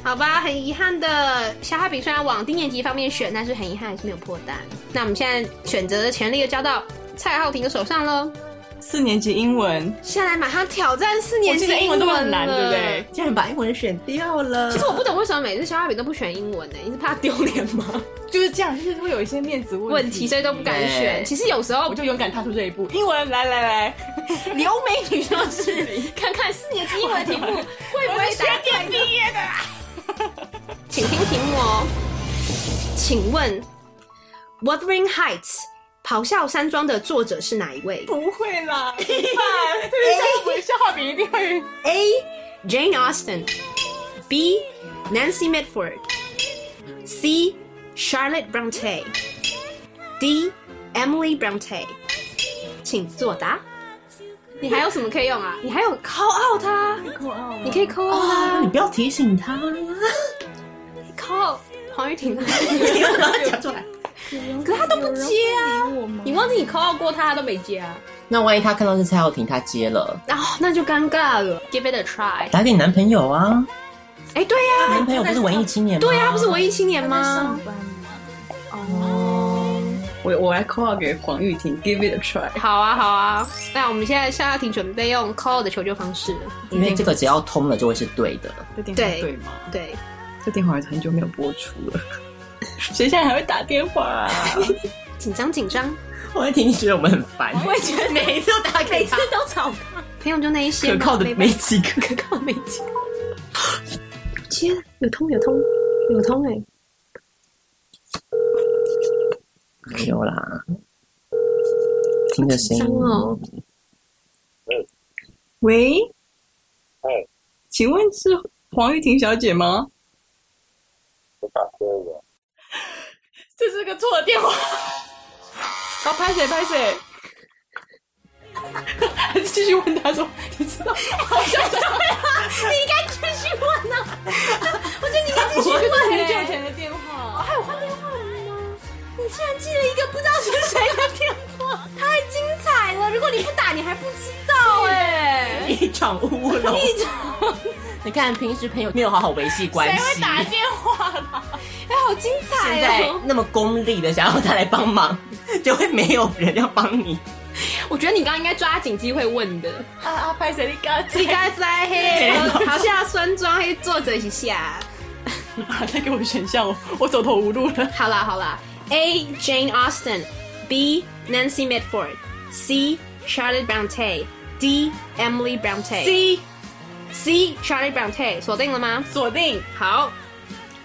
G: 好吧，很遗憾的，小哈比虽然往低年级方面选，但是很遗憾还是没有破蛋。那我们现在选择的权利就交到蔡浩庭的手上喽。
C: 四年级英文，
G: 现在马上挑战四年级
C: 我记得英文都很难
G: 了
C: 对不对？
H: 竟然把英文选掉了
G: 其实我 不懂为什么每次小哈比都不选英文呢、你是怕丢脸吗？
C: 就是这样，就是会有一些面 子
G: 问题，所以都不敢选。
H: 对
G: 其实有时
C: 我
G: 候
C: 就勇敢踏出这一步。英文，来来来，
G: 留美女就是看看四年级英文题 目会不会答点毕业的、 请听题目哦，请问《Wuthering Heights》咆哮山庄的作者是哪一位
C: 不会啦，
G: 哎
C: 怎么办这个笑话笑话饼一定会。
G: ？A. Jane Austen B. Nancy Mitford C. Charlotte Bronte D. Emily Bronte，请作答。你还有什么可以用啊？你还有 call out 他，你可以 call out 他。
H: 啊你不要提醒他 呀！
G: 靠黄玉婷，
H: 你为什么要讲出来？
G: 可是他都不接啊！你忘记你 call 过他，他都没接啊！
H: 那万一他看到是蔡耀庭，他接了，
G: 然、后那就尴尬了。Give it a try。
H: 打给你男朋友啊？
G: 哎，对呀、
H: 男朋友不是文艺青年吗？
G: 对呀、不是文艺青年吗？
D: 我我来 call 给黄玉婷，give it a try。
G: 好啊，好啊。那我们现在夏亚婷准备用 call 的求救方式了。
H: 因为这个只要通了就会是对的。
D: 这电
G: 对
D: 话对吗？
G: 对，
D: 这电话很久没有播出 了，谁现在还会打电话、啊？
G: 紧张紧 张，
H: 我会听，你觉得我们很烦。我也觉得每一次都打给他，
G: 都吵。朋友就那一些
H: 可
G: 嘛
H: 靠的
G: 没办
H: 没
G: 法
H: 几个。可靠没几个。
G: 接了有通有通有通哎、
H: 没有啦，听着声音
J: 好紧张哦喂，请问是黄玉婷小姐吗？
D: 这是个错的电话。
C: 好，拍谁拍谁？ 还是继续问他说，你知道？好像是
D: 你应该继续问 啊！我觉得你应该继续
C: 我
D: 问、
C: 很
D: 欸。
C: 久前的电话，
D: 还有换电话了吗？你竟然记得一个不知道是谁的电话，太精彩了！如果你不打，你还不知道哎、
H: 一场乌龙。
D: 一
H: 你看平时朋友没有好好维系关
D: 谁会
H: 系，
D: 打电话啦？哎、好精
H: 现
D: 彩
H: 在
D: 哦！
H: 哎那么功利的想要他来帮忙，就会没有人要帮你。
G: 我觉得你刚刚应该抓紧机会问的，
D: 啊啊，拍谁？你刚
G: 你该在 嘿，好下酸庄嘿，坐着一下。
C: 再啊给我选项，我我走投无路了。
G: 好啦好啦，A. Jane Austen，B. Nancy Medford，C. Charlotte Bronte，D. Emily Bronte。
D: C
G: C. Charlotte Bronte，锁定了吗？
D: 锁定。
G: 好，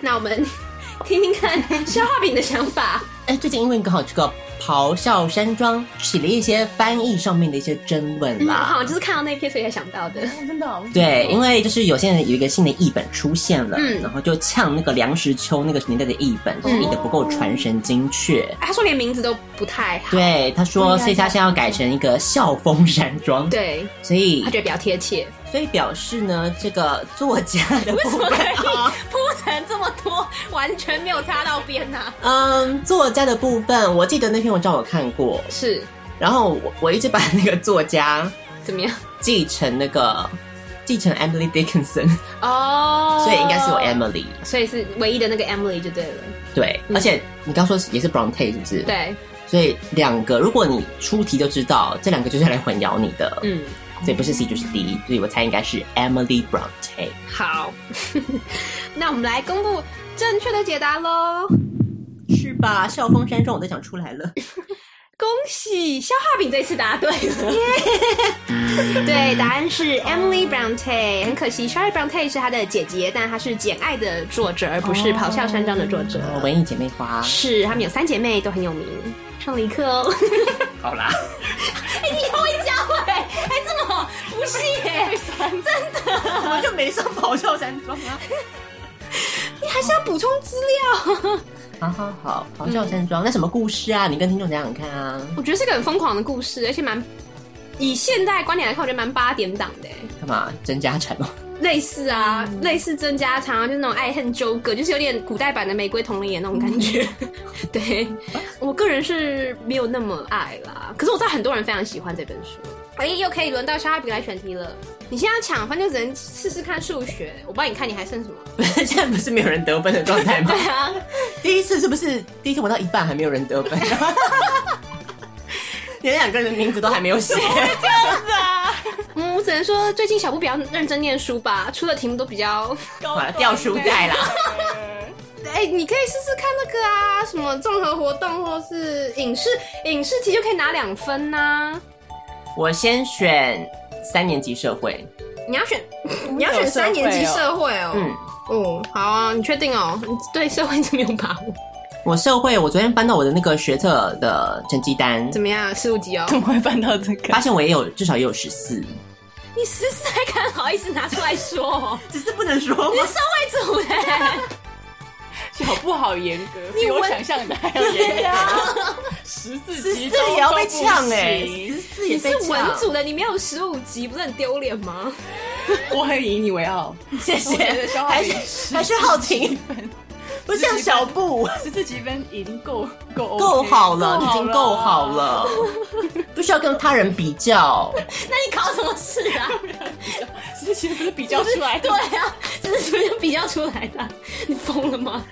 G: 那我们 听听 看消化饼的想法。
H: 哎，最近因为刚好这个咆哮山庄起了一些翻译上面的一些争论
G: 嗯，
H: 啦。
G: 好，嗯就是看到那篇所以才想到的。
C: 真的、哦，
H: 对，因为就是有些人有一个新的译本出现了，
G: 嗯
H: 然后就呛那个梁实秋那个年代的译本是译的不够传神精确。
G: 哎他说连名字都不太好，
H: 对，他说，所以他现在要改成一个校风山庄。，
G: 对，
H: 所以
G: 他觉得比较贴切。
H: 所以表示呢，这个作家的 部分啊，
G: 铺陈这么多，完全没有插到边啊呐、
H: 嗯，作家的部分，我记得那篇文章我看过，
G: 是
H: 然后我我一直把那个作家
G: 怎么样？
H: 继承那个继承 Emily Dickinson，
G: 哦、
H: 所以应该是有 Emily。
G: 所以是唯一的那个 Emily 就对了。
H: 对，而且你刚说也是 Bronte 是不是？。
G: 对，
H: 所以两个，如果你出题就知道，这两个就是要来混淆你的。
G: 嗯，
H: 所以不是 C 就是 D，所以我猜应该是 Emily Bronte。
G: 好， 那我们来公布正确的解答喽！
H: 是吧？校风山庄我都想出来 了。
G: 恭喜消化饼这次答对了， 对，答案是 Emily Bronte。很可惜，Charlotte Bronte 是她的姐姐，但她是《简爱》的作者，而不是《咆哮山庄》的作者。
H: 哦文艺姐妹花，
G: 是，她们有三姐妹都很有名。上了一课 哦，
H: 好啦，
G: 你会教哎、还这么不是耶、
H: 我们就没上咆哮山庄啊。
G: 你还是要补充资料。
H: 好好好，咆哮山庄、那什么故事啊？你跟听众讲讲看啊。
G: 我觉得是个很疯狂的故事，而且蛮以现代观点来看，我觉得蛮八点档的欸，
H: 干嘛？真家产吗？
G: 类似啊，类似甄家常啊，就是那种爱恨纠葛，就是有点古代版的《玫瑰同林眼》那种感觉。 对我个人是没有那么爱啦，可是我知道很多人非常喜欢这本书。哎，又可以轮到肖亚比来选题了。你现在抢分就只能试试看数学，我不知道你看你还 剩什么。
H: 现在不是没有人得分的状态吗
G: 对？啊，
H: 第一次是不是第一次玩到一半还没有人得分？ 连两个人的名字都还没有写。
G: 嗯，我只能说最近小布比较认真念书吧，出的题目都比较
H: 好了，掉书袋啦。
G: 哎、你可以试试看那个啊，什么综合活动或是影视影视题就可以拿两分呐、
H: 我先选三年级社会，
G: 你要选，你要选三年级社会哦。
H: 嗯，
G: 哦，好啊，你确定哦？你对社会这么有把握？
H: 我社会，我昨天翻到我的那个学测的成绩单，
G: 怎么样？十五级哦？
C: 怎么会翻到这个？
H: 发现我也有至少也有十四，
G: 你十四还敢好意思拿出来说、 哦？
H: 只是不能说
G: 你 是社会组 的、
C: 小布好严格，比我想象的还要严格。十四
H: 十
C: 级
H: 四
C: 都
H: 也要被呛哎、
C: 哎、
H: 十四
G: 你
H: 也
G: 是
H: 被
G: 文
H: 呛。
G: 组的，你没有十五级，不是很丢脸 吗？
C: 我很以你为傲。
H: 谢
C: 我觉
H: 谢，
C: 得消化
H: 还
C: 饼
H: 是还是好听，不像小布，
C: 十四级分已经够够 OK
H: 够好了，已经够好。了，不需要跟他人比较。
G: 那你考什么试 啊？
C: 十四级不是比较出来 的
G: 对，啊，这是怎么比较出来的？你疯了吗？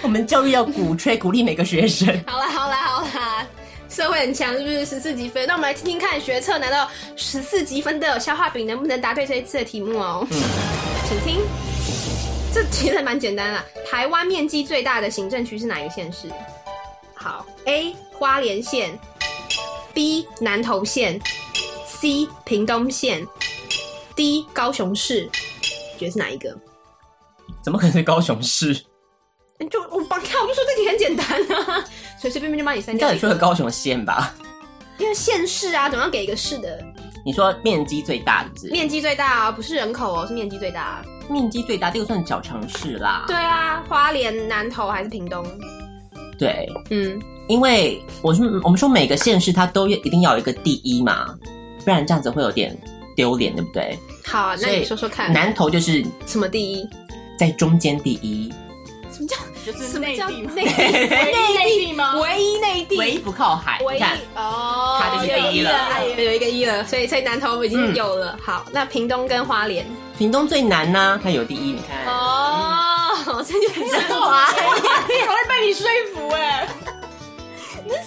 H: 我们教育要鼓吹鼓励每个学生。
G: 好啦好啦好啦，社会很强是不是十四级分？那我们来听听看学测拿到十四级分的消化饼能不能答对这一次的题目哦。请听，这其实蛮简单啦。台湾面积最大的行政区是哪一个县市？好，A 花莲县，B 南投县，C 屏东县，D 高雄市。你觉得是哪一个？
H: 怎么可能是高雄市？
G: 哎就我把看，我就说这题很简单啊，随随便便就帮你删
H: 你
G: 掉
H: 到
G: 一
H: 底
G: 个。
H: 说个高雄县吧？
G: 因为县市啊，总要给一个市的
H: 你说面积最大是不是？
G: 面积最大啊，不是人口哦，是面积最大啊。
H: 面积最大，这个算小城市啦。
G: 对啊，花莲、南投还是屏东？
H: 对，
G: 嗯，
H: 因为我说我们说每个县市它都一定要有一个第一嘛，不然这样子会有点丢脸，对不对？
G: 好啊，那
H: 所
G: 你
H: 以
G: 说说看，
H: 南投就是
G: 什么第一？
H: 在中间第一，
G: 什么叫
C: 就是
G: 什么
C: 内
G: 叫
C: 地嘛
G: 内地？
C: 内
G: 内
C: 地吗
G: 唯一内地，
H: 唯一不靠海。
G: 唯
H: 你
G: 一
H: 看，
G: 哦，
H: 它就是
G: 有
H: 第一
G: 一
H: 了
G: 个哎有一个一了，所以所以南投已经
H: 嗯
G: 有了。好，那屏东跟花莲
H: 屏东最难呢、它有第一，你看。
G: 哦，这就很像花莲。
C: 容易被你说服哎。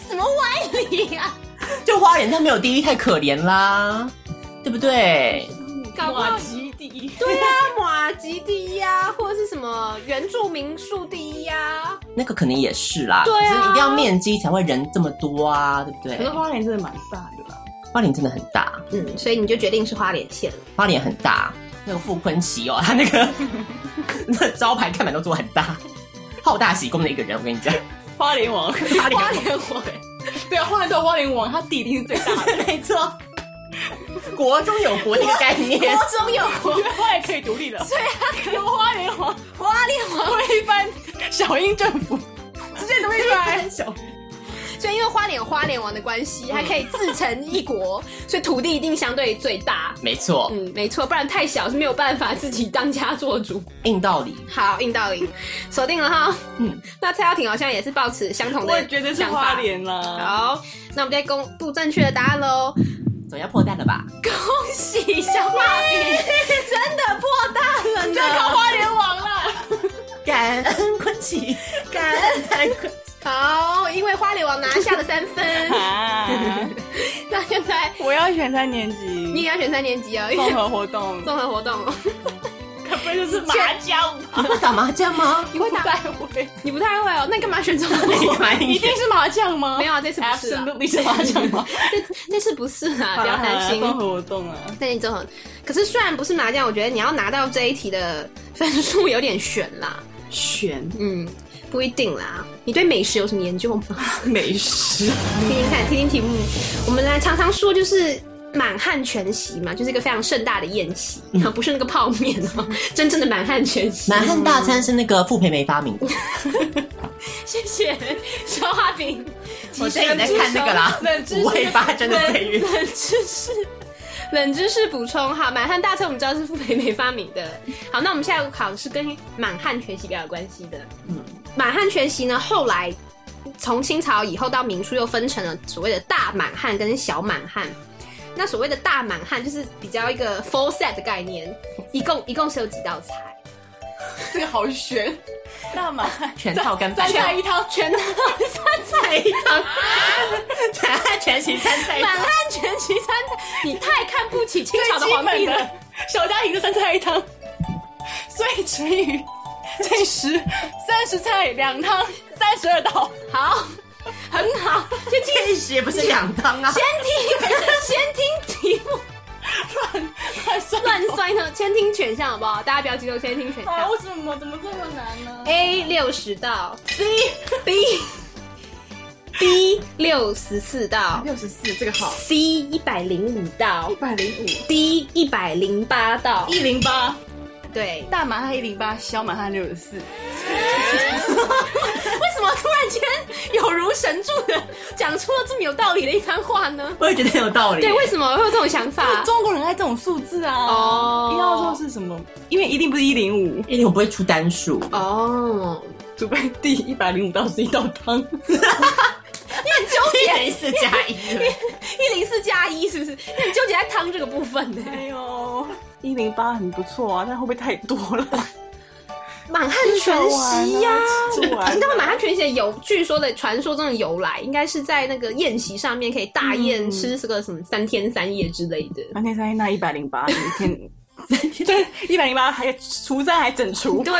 G: 什么歪理啊？
H: 就花莲它没有第一，太可怜啦，对不对？
G: 搞不好
C: 哇，极啊地，
G: 对啊，马吉第一啊，或者是什么原住民数第一啊。
H: 那个可能也是啦，
G: 对啊
H: 只是一定要面积才会人这么多啊，对不
C: 可是
H: 对？
C: 花莲真的蛮大的啦。
H: 花莲真的很大，
G: 嗯，所以你就决定是花莲县了。
H: 花莲很大，那个傅昆奇哦，他那个那个 招牌看板都做很大，好大喜功的一个人，我跟你 讲，
C: 花莲王，
H: 花莲
C: 王，对啊，花莲到花莲王，他地一定是最大 的。
H: 没错，国中有国这个概念，
C: 中有国，因为花莲可以独立了。对啊，有花莲王，花莲王推翻小英政府，直接独立出来。小
G: 所以因为花莲有花莲王的关系，它可以自成一国， 所以土地一定相对最大。
H: 没错，
G: 嗯，没错，不然太小是没有办法自己当家做主。
H: 硬道理，
G: 好，硬道理，锁定了哈。
H: 嗯，
G: 那蔡耀廷好像也是抱持相同的
C: 我也觉得是
G: 想
C: 花
G: 法。
C: 莲啦。
G: 好，那我们再公布正确的答案喽！
H: 总要破蛋了吧？
G: 恭喜小马屁，真的破蛋了呢！
C: 花莲王啦，，
H: 感恩昆奇，感恩台昆奇，
G: 好，因为花莲王拿下了三分
C: 啊！
G: 那现在
C: 我要选三年级，
G: 你也要选三年级哦，因
C: 综
G: 为
C: 合活动，
G: 综合活动哦，
C: 可不就是麻将吗？
H: 你会打麻将吗？
G: 你会打？
C: 会，
G: 你不太会哦，那干嘛选综合
H: 你
G: 活动？
H: 蛮
C: 一定是麻将吗？
G: 没有啊，这次不是啊，
C: ，absolutely 是麻将 吗？
G: 这这次不是啊，不要担心。
C: 综合活动啊，
G: 那你综合，可是虽然不是麻将，我觉得你要拿到这一题的分数有点悬啦。
C: 选
G: 嗯，不一定啦。你对美食有什么研究吗？
C: 美食，
G: 听听看，听听题目。我们来常常说就是满汉全席嘛，就是一个非常盛大的宴席，然后不是那个泡面哦，真正的满汉全席。
H: 满汉大餐是那个傅培梅发
G: 嗯
H: 明的，
G: 谢谢小花饼，
H: 我最近在看那个啦
G: 冷，知识
H: 五味八珍的岁月。
G: 冷知识。冷知识补充哈，满汉大餐我们知道是傅培梅发明的。好，那我们下一个考是跟满汉全席比较有关系的。嗯，满汉全席呢，后来从清朝以后到明初又分成了所谓的大满汉跟小满汉。那所谓的大满汉就是比较一个 full set 的概念，一共一共是有几道菜？
C: 这个好悬，大麻
H: 全套干饭
C: 三，菜一汤，全
H: 菜一汤，满汉全席三菜一
G: 满
H: 汤。
G: 汉全席三菜，你太看不起清
C: 最
G: 朝的
C: 基
G: 皇
C: 本
G: 帝了。
C: 的小家庭的三菜一汤，所以乘以这十三十菜两汤三十二道，
G: 好，很 好，先听
H: 天使也不是两汤啊，
G: 先听先听题目，
C: 乱乱算
G: 乱摔呢，先听选项好不好？大家不要激动，先听选
C: 啊！
G: 项。
C: 为什么怎么这么难呢？
G: A 六十道，C B B 六十四道
C: 六十四，这个好，
G: ，C 一百零五道
C: 一百零五，
G: ，D 一百零八道。
C: 一零八，
G: 对，
C: 大满汉一零八，小满汉六十四，
G: 为什么突然间有如神助的讲出了这么有道理的一番话呢？
H: 我也觉得很有道理。
G: 对，为什么会有这种想法？
C: 啊中国人爱这种数字啊！
G: 哦
C: 一号说是什么？因为一定不是一零五，
H: 因为我不会出单数，
G: 哦，
C: 除非第一百零五道是一道汤，
H: 一人四加 一，
G: 一零四加一是不是？那你纠结在汤这个部分呢？
C: 哎呦，一零八很不错啊，但会不会太多了？
G: 满汉全席呀、
C: 吃完了
G: 你知道满汉全席的由，据说的传说中的由来，应该是在那个宴席上面可以大宴吃这个什么三天三夜之类的。
C: 三天三夜那一百零 八，一天。对，一百零八还除三还整除，
G: 对，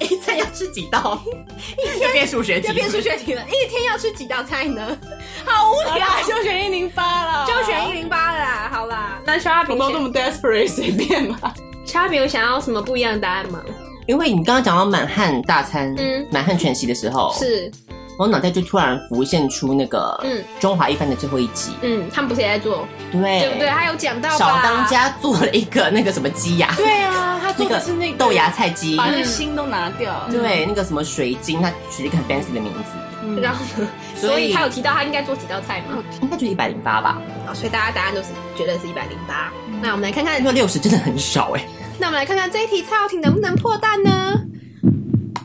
H: 一餐要吃几道？又变数学 题
G: 要，变数学题了，一天要吃几道菜呢？好无聊，
C: 啊就选一零八了，
G: 就选一零八啦，好啦。那肖亚
C: 我
G: 平
C: 都这么 desperate 随便吧。
G: 肖亚平有想要什么不一样的答案吗？
H: 因为你刚刚讲到满汉大餐，
G: 嗯
H: 满汉全席的时候，
G: 是，
H: 我脑袋就突然浮现出那个
G: 嗯
H: 中华一番的最后一集，
G: 嗯，他们不是也在做，
H: 对
G: 对不对？他有讲到吧
H: 小当，家做了一个那个什么鸡呀、
C: 对 啊，他
H: 那
C: 做
H: 个
C: 的是那个嗯
H: 豆芽菜鸡，
C: 把那个心都拿掉。
H: 对，那个什么水晶，它取了一个很 fancy 的名字，
C: 嗯，
G: 然后呢？
H: 所以
G: 所以他有提到他应该做几道菜吗？
H: 应该就是一百零八吧。
G: 好所以大家答案都是觉得是一百零八。那我们来看看
H: 因为六十真的很少哎、
G: 那我们来看看这一题蔡耀廷能不能破蛋呢？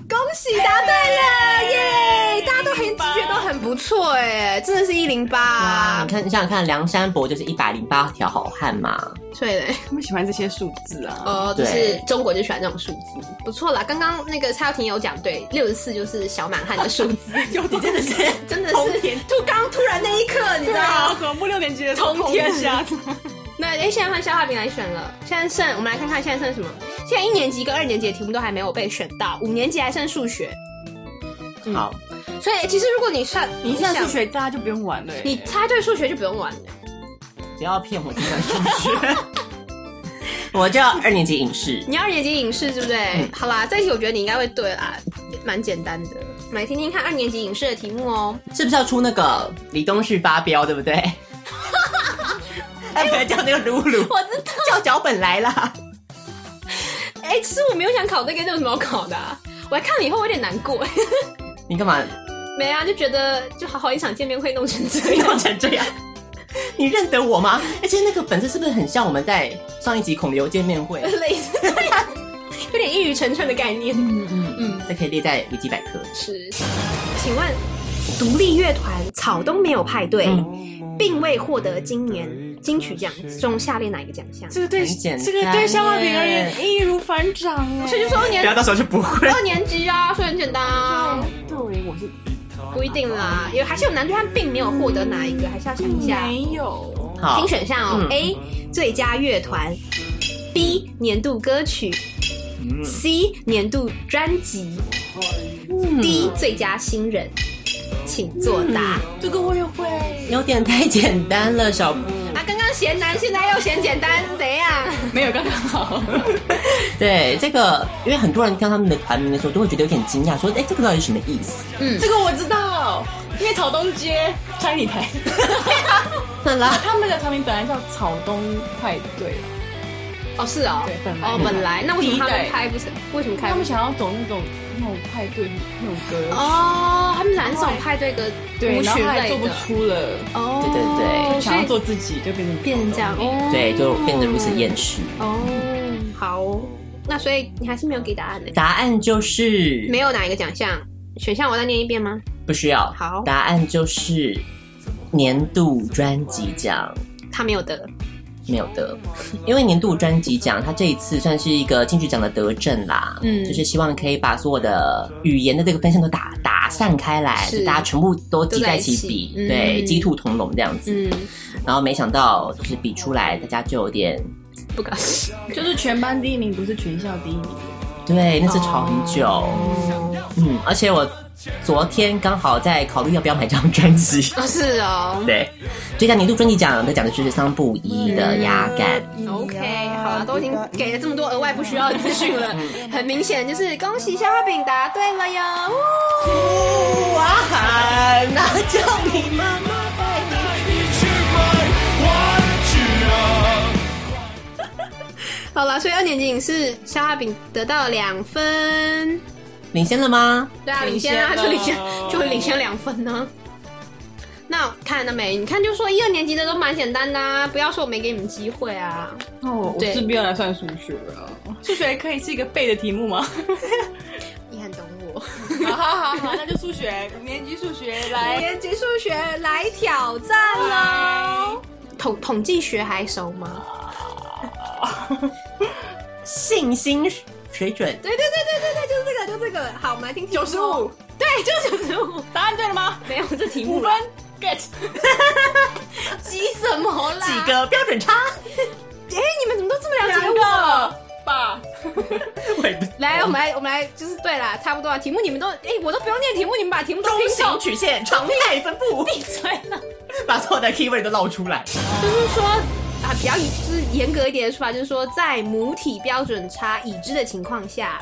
G: 恭喜答对了，耶！大家都很直觉都很不错哎，真的是一零
H: 啊，
G: 八
H: 你，看，你想想看，梁山伯就是一百零八条好汉嘛，
G: 所以嘞，
C: 他们喜欢这些数字 啊。
G: 哦，就是
H: 对
G: 中国就喜欢这种数字，不错啦。刚刚那个蔡耀廷有讲对，六十四就是小满汉的数字，
H: 你真的是
G: 真的是突刚突然那一刻，你知
C: 对
G: 道
C: 啊，
G: 吗？
C: 怎么不六年级的时候
G: 通天
C: 一下？
G: 那哎，现在换消化饼来选了，现在剩我们来看看现在剩什么？现在一年级跟二年级的题目都还没有被选到，五年级还剩数学。
H: 好，
G: 所以其实如果你算
C: 你一算
G: 想
C: 数学，大家就不用玩了耶。欸
G: 你猜对数学就不用玩了。
H: 不要骗我计算数学。 我叫二年级影视，
G: 你要年级影视对不对？好啦，这一题我觉得你应该会对啦，蛮简单的。我们来听听看二年级影视的题目哦。
H: 是不是要出那个李东旭发飙，对不 对？哎，不要叫那个露露，
G: 我知
C: 哎
G: 道，
H: 叫脚本来啦。
G: 哎、其实我没有想考这个，这有什么好考的啊、我还看了以后我有点难过，
H: 你干嘛
G: 没啊，就觉得就好好一场见面会弄成这
H: 弄
G: 样。
H: 成这样？ 你认得我吗？而且那个粉丝是不是很像我们在上一集孔刘见面会？啊
G: 类似这样，有点一语成谶的概念。
H: 这可以列在维基百科。
G: 是，请问独立乐团草东没有派对，并未获得今年金曲奖中下列哪一个奖项？
C: 这个对
H: 很简单
C: 这个对消化饼而言易如反掌哎。
G: 所以就说
H: 不
G: 年
H: 要到时候就不会。
G: 二年级啊，所以很简单啊。
C: 对我是
G: 不一定啦，有还是有男对，他并没有获得哪一个，还是要想一下。
C: 嗯没有，
H: 好
G: 听，选项哦、
H: 嗯
G: a 最佳乐团，B 年度歌曲，C
H: 嗯
G: 年度专辑，D
H: 嗯
G: 最佳新人，请作答。
C: 这个我也会。
H: 有点太简单了，小布。
G: 啊，刚刚嫌难，现在又嫌简单，谁啊呀？
C: 没有刚刚好，
H: 对这个，因为很多人看他们的团名的时候，都会觉得有点惊讶，说：“哎，这个到底是什么意思
C: 这个我知道，因为草东街拆你台，
H: 那啦
C: 他们的团名本来叫草东派对，啊
G: 哦，是哦
C: 对，本来
G: 哦，本来那为什么他
C: 第一
G: 们
C: 代
G: 开不成？为什么开
C: 他
G: 不
C: 们
G: 成？
C: 想要走那种那种派对那种歌，
G: 哦，他们蓝种派对歌
C: 对，
G: 舞
C: 然后
G: 曲
C: 他还
G: 类
C: 做不
G: 的，
C: 出了，
G: 哦，
H: 对对对
G: 所
C: 想要
G: 以
C: 做自己就变成
G: 变成这样，哦，
H: 对，就变得如此厌世。
G: 哦，好哦，那所以你还是没有给答案呢？
H: 答案就是
G: 没有哪一个奖项选项，我再念一遍吗？
H: 不需要。
G: 好
H: 答案就是年度专辑奖
G: 他没有得，
H: 没有得，因为年度专辑奖它这一次算是一个金曲奖的得证啦，
G: 嗯
H: 就是希望可以把所有的语言的这个分项都打打散开来，
G: 是
H: 就大家全部都集
G: 都在
H: 在
G: 一
H: 一
G: 起
H: 起比，
G: 嗯
H: 对，鸡兔同笼这样子。
G: 嗯，
H: 然后没想到就是比出来，大家就有点
G: 不高兴。
C: 就是全班第一名，不是全校第一名。
H: 对，那次吵很久。
G: 哦
H: 嗯，而且我昨天刚好在考虑要不要买这张 专辑。
G: 哦，是哦。
H: 对，最佳年度专辑奖，他讲的就是桑布伊
G: 嗯
H: 的《压感》。
G: OK，好嗯啊了，都已嗯经给了这么多额外不需要 的资讯了，很明显就是恭喜消化饼答对了哟！哇，那就你妈妈带你去。 好了，所以二年级影视消化饼得到了两分，
H: 领先了吗？
G: 对啊，领先啊，
C: 领先了
G: 就领先，就领先两分呢、那我看了没？你看，就说一二年级的都蛮简单的、啊，不要说我没给你们机会啊。
C: 哦，我
G: 对
C: 是不要来算数学啊了。数学可以是一个背的题目吗？
G: 你很懂我。
C: 好好好好，那就数学，五年级数学来。
G: 年级数学来挑战喽！统统计学还熟吗？
H: 信心水准
G: 对对对对对对，就是这个，就这个。好，我们来听九十五，对，就九十五。
C: 哦答案对了吗？
G: 没有这题目
C: 五
G: 了
C: 分，get。
G: 急什么啦？
H: 几？个标准差？
G: 哎，你们怎么都这么了解
C: 两
G: 我？
C: 个吧，
H: 我也不
G: 来，我们来，我们来，就是对啦，差不多啊。题目你们都，哎，我都不用念题目，你们把题目都
H: 中
G: 拼
H: 型
G: 懂。
H: 曲线常态分布，
G: 闭嘴了。
H: 把所有的 keyword 都捞出来。
G: 就是说啊，比较就是严格一点的说法，就是说在母体标准差已知的情况下，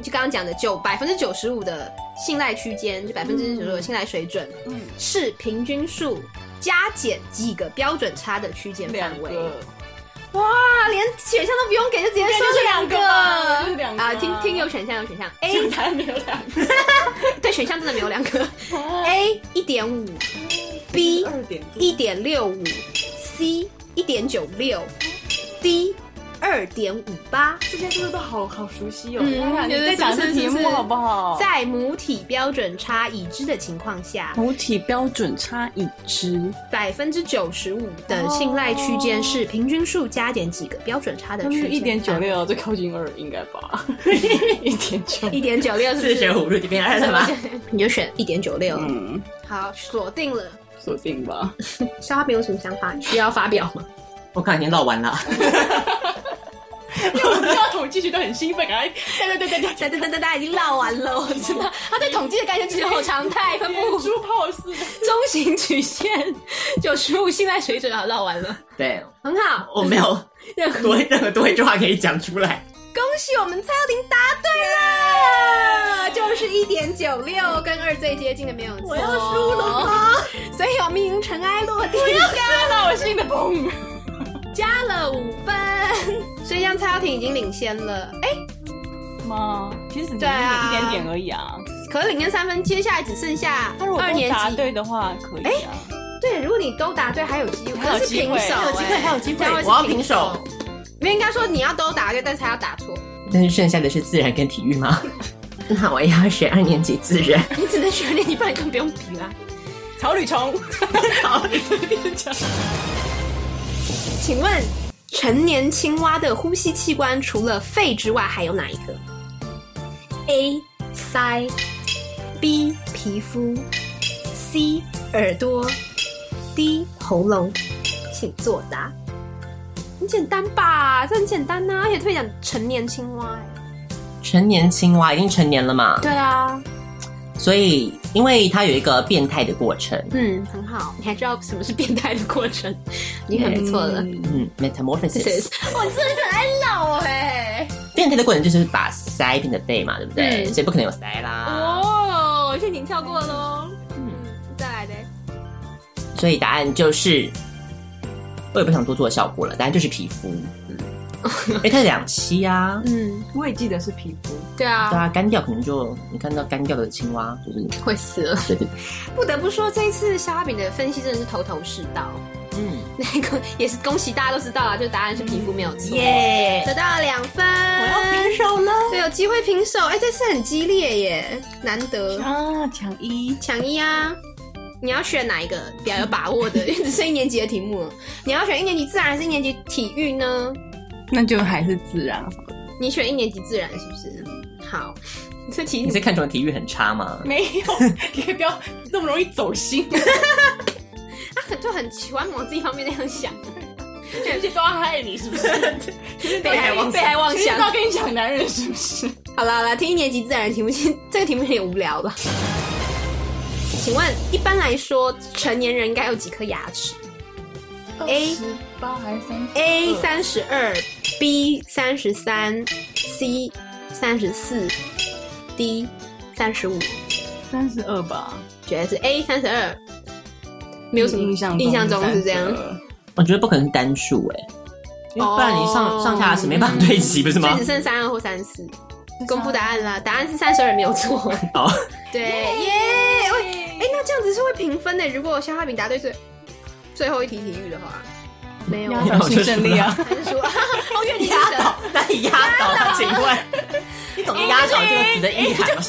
G: 就刚刚讲的九百分之九十五的信赖区间，就百分之九十五的信赖水准，嗯，是平均数加减几个标准差的区间范围。哇，连选项都不用给，就直接说
C: 就是两个吧就是两个
G: 啊！听听有选项有选项，A
C: 竟然没有两个，
G: 对，选项真的没有两个，A
C: 哦
G: 一点五，B
C: 嗯
G: 一点六五，C 一点九六，D 二点五八。
C: 这些真的都好好熟悉哦。
G: 嗯
C: 你看看你
G: 对对
C: 再讲一
G: 是不
C: 次
G: 是
C: 题
G: 是不
C: 目
G: 是
C: 好不好？
G: 在母体标准差已知的情况下，
C: 母体标准差已知，
G: 百分之九十五的信赖区间是平均数加减几个标准差的
C: 他们
G: 区
C: 是
G: 间，
C: 一点九，六，最靠近二应该 吧？一点九
G: 一点九六是不
H: 四
G: 是
H: 舍五入就变二 了吗？
G: 你就选一点九六。
C: 嗯，
G: 好，锁定了。
C: 锁定 吧。
G: 肖花饼有什么想法？需要发表吗？
H: 我刚刚已经唠完了，
C: 因为啊我知道统计学都很兴奋，赶快
G: 对对对对对对对对，大家已经唠完了，我知道。他对统计的概念只有常态分布、
C: 猪 pose。
G: 中型曲线、九十五信赖水准，好唠完了，
H: 对
G: 很好。
H: 我没有
G: 任何
H: 多任何多一句话可以讲出来。
G: 恭喜我们蔡耀婷答对了，就是一点九六，跟二最接近的没有错。我要输了吗？ 所以我们已经尘埃落定，
C: 看到我心里的砰！
G: 加了五分，所以让蔡耀婷已经领先了。哎，
C: 吗？其实只是一
G: 对啊
C: 点一点点而已啊。
G: 可是领先三分，接下来只剩下
C: 他如果
G: 二
C: 都
G: 年
C: 答
G: 级。
C: 对的话，可以啊。
G: 对，如果你都答对，还有机会，
C: 还有
G: 可是
C: 机
G: 平
C: 会
G: 手、
C: 还
G: 有机会，还有机会
H: 我要平手。
G: 没有应该说你要都答对，但是还要答错，
H: 但是剩下的是自然跟体育吗？ 那我要选二年级自然。
G: 你只能选你，不然你更不用比啦。
C: 草履虫，草履变成
G: 请问，成年青蛙的呼吸器官除了肺之外还有哪一个？A. 鳃，B. 皮肤，C. 耳朵，D. 喉咙，请作答。很简单吧？这很简单呐、而且特别讲成年青蛙、哎
H: 成年青蛙已经成年了嘛，
G: 对啊，
H: 所以因为它有一个变态的过程，
G: 嗯，很好，你还知道什么是变态的过程，已经很不错了。
H: 嗯，metamorphosis，
G: 我真的很爱老哎、
H: 变态的过程就是把腮变成肺嘛，对不对？
G: 嗯
H: 所以不可能有腮啦，
G: 哦，现在已经跳过喽。嗯，再来呗。
H: 所以答案就是，我也不想多做效果了，答案就是皮 肤，嗯，因为它两栖啊，
G: 嗯，
C: 我也记得是皮肤。
G: 对
H: 对
G: 啊，
H: 啊，干掉可能就你看到干掉的青蛙，就是
G: 会死了。
H: 对对，
G: 不得不说，这一次肖阿饼的分析真的是头头是道。
H: 嗯，
G: 那个也是恭喜大家都知道啊，就答案是皮肤没有错，
H: 耶，
G: 得到了两分，嗯我要平手了。对，有机会平手，哎，这次很激烈耶，难得
C: 啊，强一
G: 抢一啊！你要选哪一个比较有把握 的？因为只剩一年级的题目了，你要选一年级自然还是一年级体育呢？
C: 那就还是自然好了。
G: 你选一年级自然是不是？好，这题
H: 你是看中体育很差吗？
C: 没有， 你可以不要这么容易走心，
G: 他很 就很喜欢往自己方面那样想，
C: 这些都要害你是不是？
G: 被害被害妄
C: 其实
G: 想
C: 都。要跟你讲男人是不是？
G: 好了好了，听一年级自然的题目，其实 这个题目有点无聊吧？请问，一般来说，成年人应该有几颗牙齿 A
C: 十八还是三
G: ？A 三十二，B 三十三，C 三十四，D 三十五。
C: 三十二吧？
G: 觉得是 A 三十二，没有什么
C: 印象
G: 印象中是这样。
C: 32
H: 我觉得不可能是单数哎、因为不然你上、
G: 哦
H: 上下齿没办法对齐，不是
G: 所以
H: 吗
G: 只？剩三二或三四。公布答案啦，答案是三十二，没有错。
H: 哦，
G: 对，耶！喂，哎，那这样子是会平分的。如果肖化饼答对最最后一题体育的话，没有，
H: 那我就
C: 请胜利啊！
G: 还是说哦， 越你精
H: 压
G: 神
H: 倒，那你压倒他，请问 你懂得压倒这个词的意 涵吗？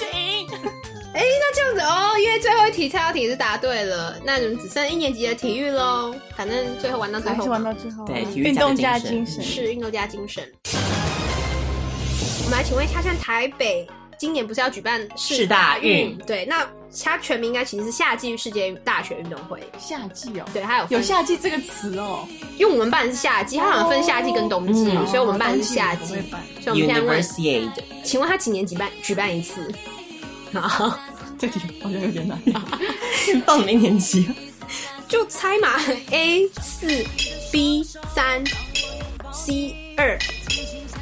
G: 哎，那这样子哦，因为最后一题蔡耀婷也是答对了，那你们只剩一年级的体育喽。反正最后玩到最
C: 还
G: 后
C: 是
G: 嘛，
C: 玩到最后啊，
H: 对体育
C: 运动
H: 家
C: 加
H: 的精
C: 精
H: 神
C: 神
G: 是运动家精神。我们来请问一下，像台北今年不是要举办
H: 世大运
G: 对，那它全名应该其实是夏季世界大学运动会。
C: 夏季哦，
G: 对，它有分
C: 有，夏季这个词哦，
G: 因为我们办的是夏季，它好像分夏季跟冬季，
H: 嗯
G: 所以我们办的是夏季。
C: 冬
G: 所
C: 季我不会办
G: 以我们现在问，
H: Universiade，
G: 请问它几年举办举办一次？ 好，
C: 这题好像有点难。
H: 到什么一年级？
G: 就猜嘛，A 四，B 三，C 二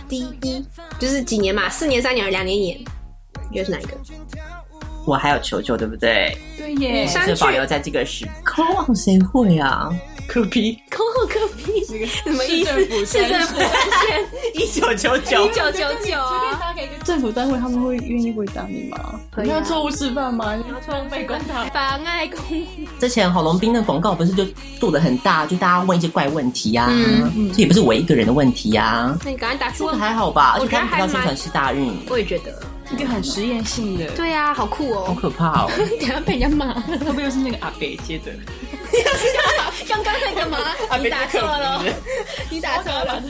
G: ，D 一，就是几年嘛，四年、三年、两年、一年。
F: 你觉得是哪一个？
H: 我还有球球，对不对？
C: 对
H: 你
C: 耶，
H: 是保留哎在这个时，科望谁会啊？科比，
D: 抠抠个屁， 什么意思？
C: 市政府
H: 一九九九
D: 一，九九九啊！
C: 政府单位他们会愿意回答你吗？
D: 可以啊
C: 你要错误示范吗？你要错误被公堂。
D: 妨碍公务，
H: 之前郝龙斌的广告不是就做的很大，就大家问一些怪问题啊，这也不是我一个人的问题啊，
D: 那你赶快打出
H: 这个还好吧？而
D: 我
H: 且
D: 觉得
H: 他
D: 还
H: 们不
D: 蛮
H: 到宣传是大运，
D: 我也觉得，
C: 一个很实验性的，
D: 对啊，好酷
H: 好
D: 哦！
H: 可怕哦！
D: 等下被人家骂，
C: 会不会又是那个阿北接的？
D: 刚刚那个嘛，
G: 啊
D: 你打错了，你打错了，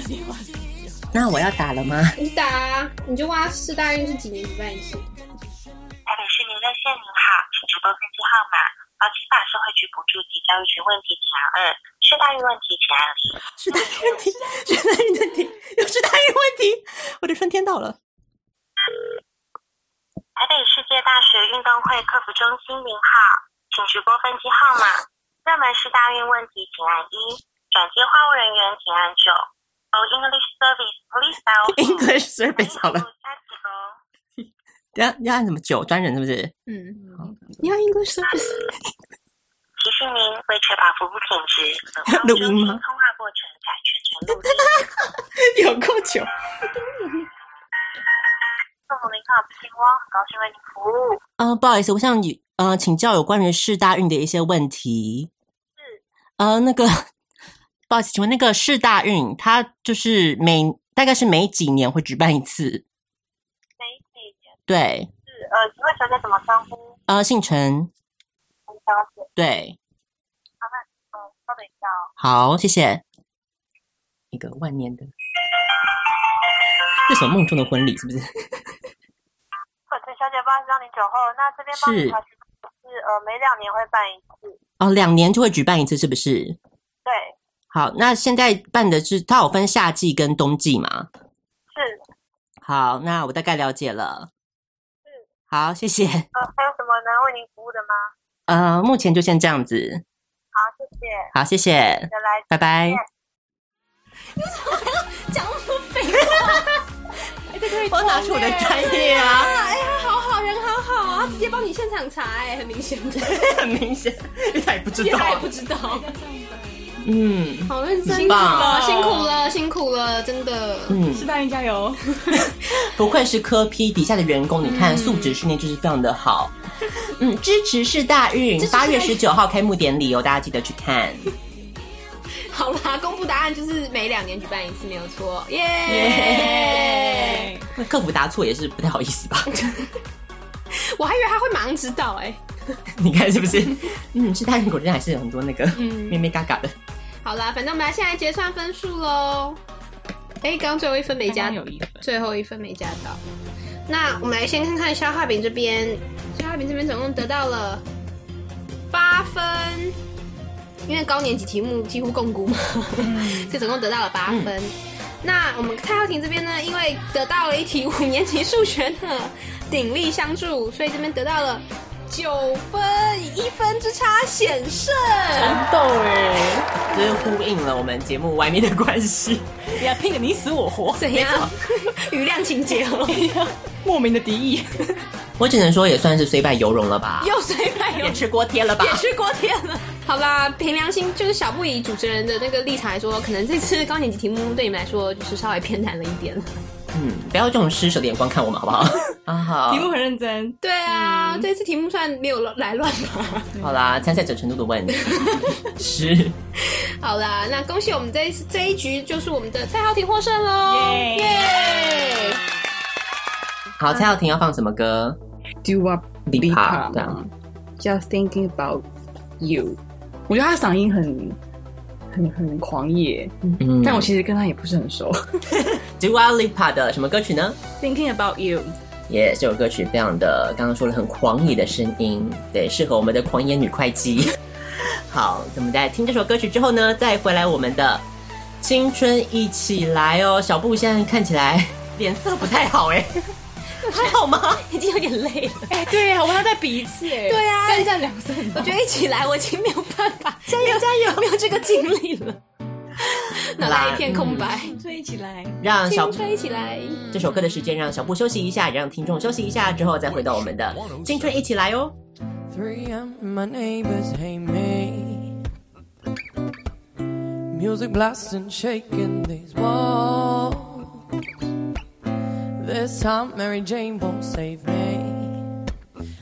H: 那我要打了吗？
G: 你打啊，你就挖四大运是几年举办一次？
I: 台北市民热线您好，请直拨登记号码劳基法社会局补助及教育局问题请按二，是大运问题请按零。
H: 是大运问题，是大运问题， 又是大运问题，我的春天到了。
I: 台北世界大学运动会客服中心您好，请直拨分机号码。热门是大运问题，请按一；转接话务人员，请按九。For English service, please dial
H: English service 好了，
I: 了。
H: 等一下要按什么九专人是不是？
D: 你要 English service，
I: 提示您，为确保服务品质，本
H: 录音吗
I: 通话过程采全程录 音。
H: 有够久，
I: 父母您好，请汪，很高兴为您服务。
H: 呃，不好意思，我想你呃请教有关于市大运的一些问题。呃，那个 不好意思，请问那个市大运，它就是每大概是每几年会举办一次？
I: 哪一位女
H: 对，
I: 士？呃，请问小姐怎么称呼？
H: 呃，姓陈，
I: 陈小姐。
H: 对，
I: 嗯，稍等一下哦。
H: 好，谢谢。一个万年的，这什么梦中的婚礼是不 是？
I: 陈小姐，不好意思让您久候。那这边帮
H: 是
I: 您查询是呃，每两年会办一次。
H: 哦，两年就会举办一次，是不是？
I: 对，
H: 好，那现在办的是它有分夏季跟冬季嘛？
I: 是。
H: 好，那我大概了解了。嗯好，谢谢。
I: 呃，还有什么能为您服务的吗？
H: 呃，目前就先这样子。
I: 好，谢谢。
H: 好，谢谢，
I: 再来，
H: 拜拜。
D: 讲那么多废
H: 我拿出我的专业啊，
D: 话，哎呀，好好人，好好啊，直接帮你现场查，哎，很明显 的，
H: 很明显，他也不知道
D: 他。也不知道，
H: 嗯
D: 好认真，
H: 很棒
D: 啊辛苦了，辛苦了，真的，
H: 嗯，
C: 是大运加油！
H: 不愧是科批底下的员工，你看素质训练就是非常的好。嗯，支持是大运，八月十九号开幕典礼哦，大家记得去看。
G: 好啦，公布答案就是每两年举办一次，没有错，耶、
C: 哎
H: 那客服答错也是不太好意思吧？
G: 我还以为他会马上知道哎、
H: 你看是不是？嗯，是大运果真还是有很多那个
G: 嗯
H: 咩咩嘎嘎的。
G: 好啦，反正我们来现在结算分数喽。哎、刚最后一分没加
C: 刚刚有一分
G: 最后一分没加到。那我们来先看看消化饼这边，消化饼这边总共得到了八分，因为高年级题目几乎共估嘛， 所以总共得到了八分。那我们蔡浩庭这边呢，因为得到了一题五年级数学的鼎力相助，所以这边得到了九分，以一分之差险胜。
C: 斗哎，
H: 就是呼应了我们节目外面的关 系。
C: 你要拼个你死我活，
G: 怎样？ 余量情节哦，
C: 莫名的敌意。
H: 我只能说也算是虽败犹荣了吧，
G: 又谁买
H: 也吃锅贴了吧。
G: 去锅贴了。 好啦，凭良心，就是小布以主持人的那个立场来说，可能这次高年级题目对你们来说就是稍微偏难了一点了。
H: 嗯，不要这种失手的眼光看我们好不好？ 啊好
G: 嗯
C: 题，目很认真，
G: 对啊，这次题目算没有来乱吧。
H: 好啦，参赛者程度的问 题是。
G: 好啦，那恭喜我们这一次这一局就是我们的蔡浩庭获胜喽！
C: 耶
G: 耶！嗯
H: 好，蔡耀庭要放什么歌？
C: Do up
H: 李帕对啊
C: Just thinking about you。我觉得他的嗓音很很很狂野，
H: 嗯，
C: 但我其实跟他也不是很熟。
H: Dua Lipa 的什么歌曲呢？
C: Thinking about you，
H: 也、这首歌曲非常的，刚刚说了很狂野的声音，对，适合我们的狂野女会计。 好，那我们在听这首歌曲之后呢，再回来我们的青春一起来哦。小布现在看起来脸色不太好哎， 还好吗？
G: 已经有点累了。
C: 哎，对啊，我跟他再比一次哎。
G: 对啊
C: 三战两胜
G: 我
C: 吧。
G: 觉得一起来我已经没有办法，加油加油，没有这个精力了。脑袋一片空白。
C: 吹起来，
H: 让 小
G: 青春起来，
H: 这首歌的时间让小布休息一下，也让听众休息一下，之后再回到我们的青春一起来哦。
K: 3am, my neighbors hate me. Music blasting, shaking these walls. This time, Mary Jane won't save me.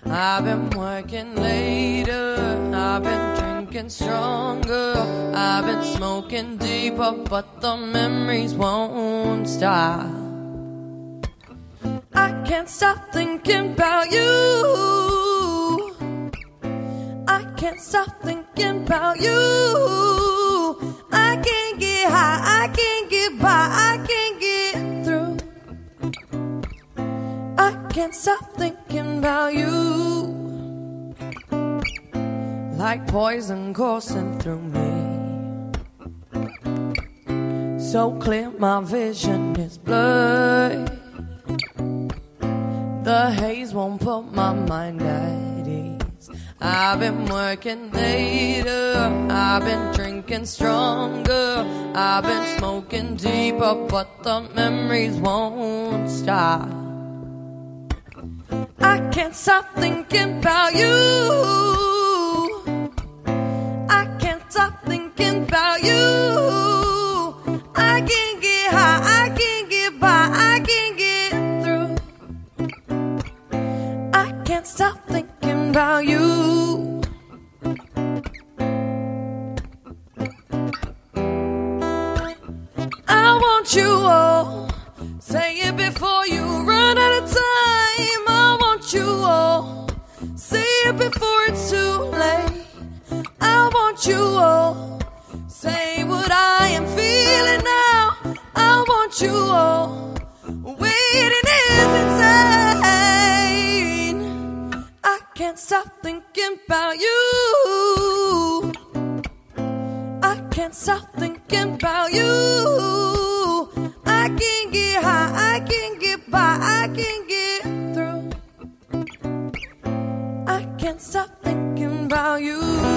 K: I've been working later, I've been drinking stronger, I've been smoking deeper, but the memories won't stop. I can't stop thinking about you. I can't stop thinking about you. I can't get high, I can't get by, I can't get through. I can't stop thinking about you. Like poison coursing through me. So clear, my vision is blurred. The haze won't put my mind at ease. I've been working later, I've been drinking stronger, I've been smoking deeper, but the memories won't stop. I can't stop thinking about you. I can't stop thinking about you. I can't get high, I can't get by, I can't get through. I can't stop thinking about you. I want you all. Say it before you run out of time. I want you all. Say it before it's too late. I want you all. Say what I am feeling now. I want you all. Waiting is insane. I can't stop thinking about you. I can't stop thinking about you. I can't get high, I can't get by, I can't get through. I can't stop thinking about you.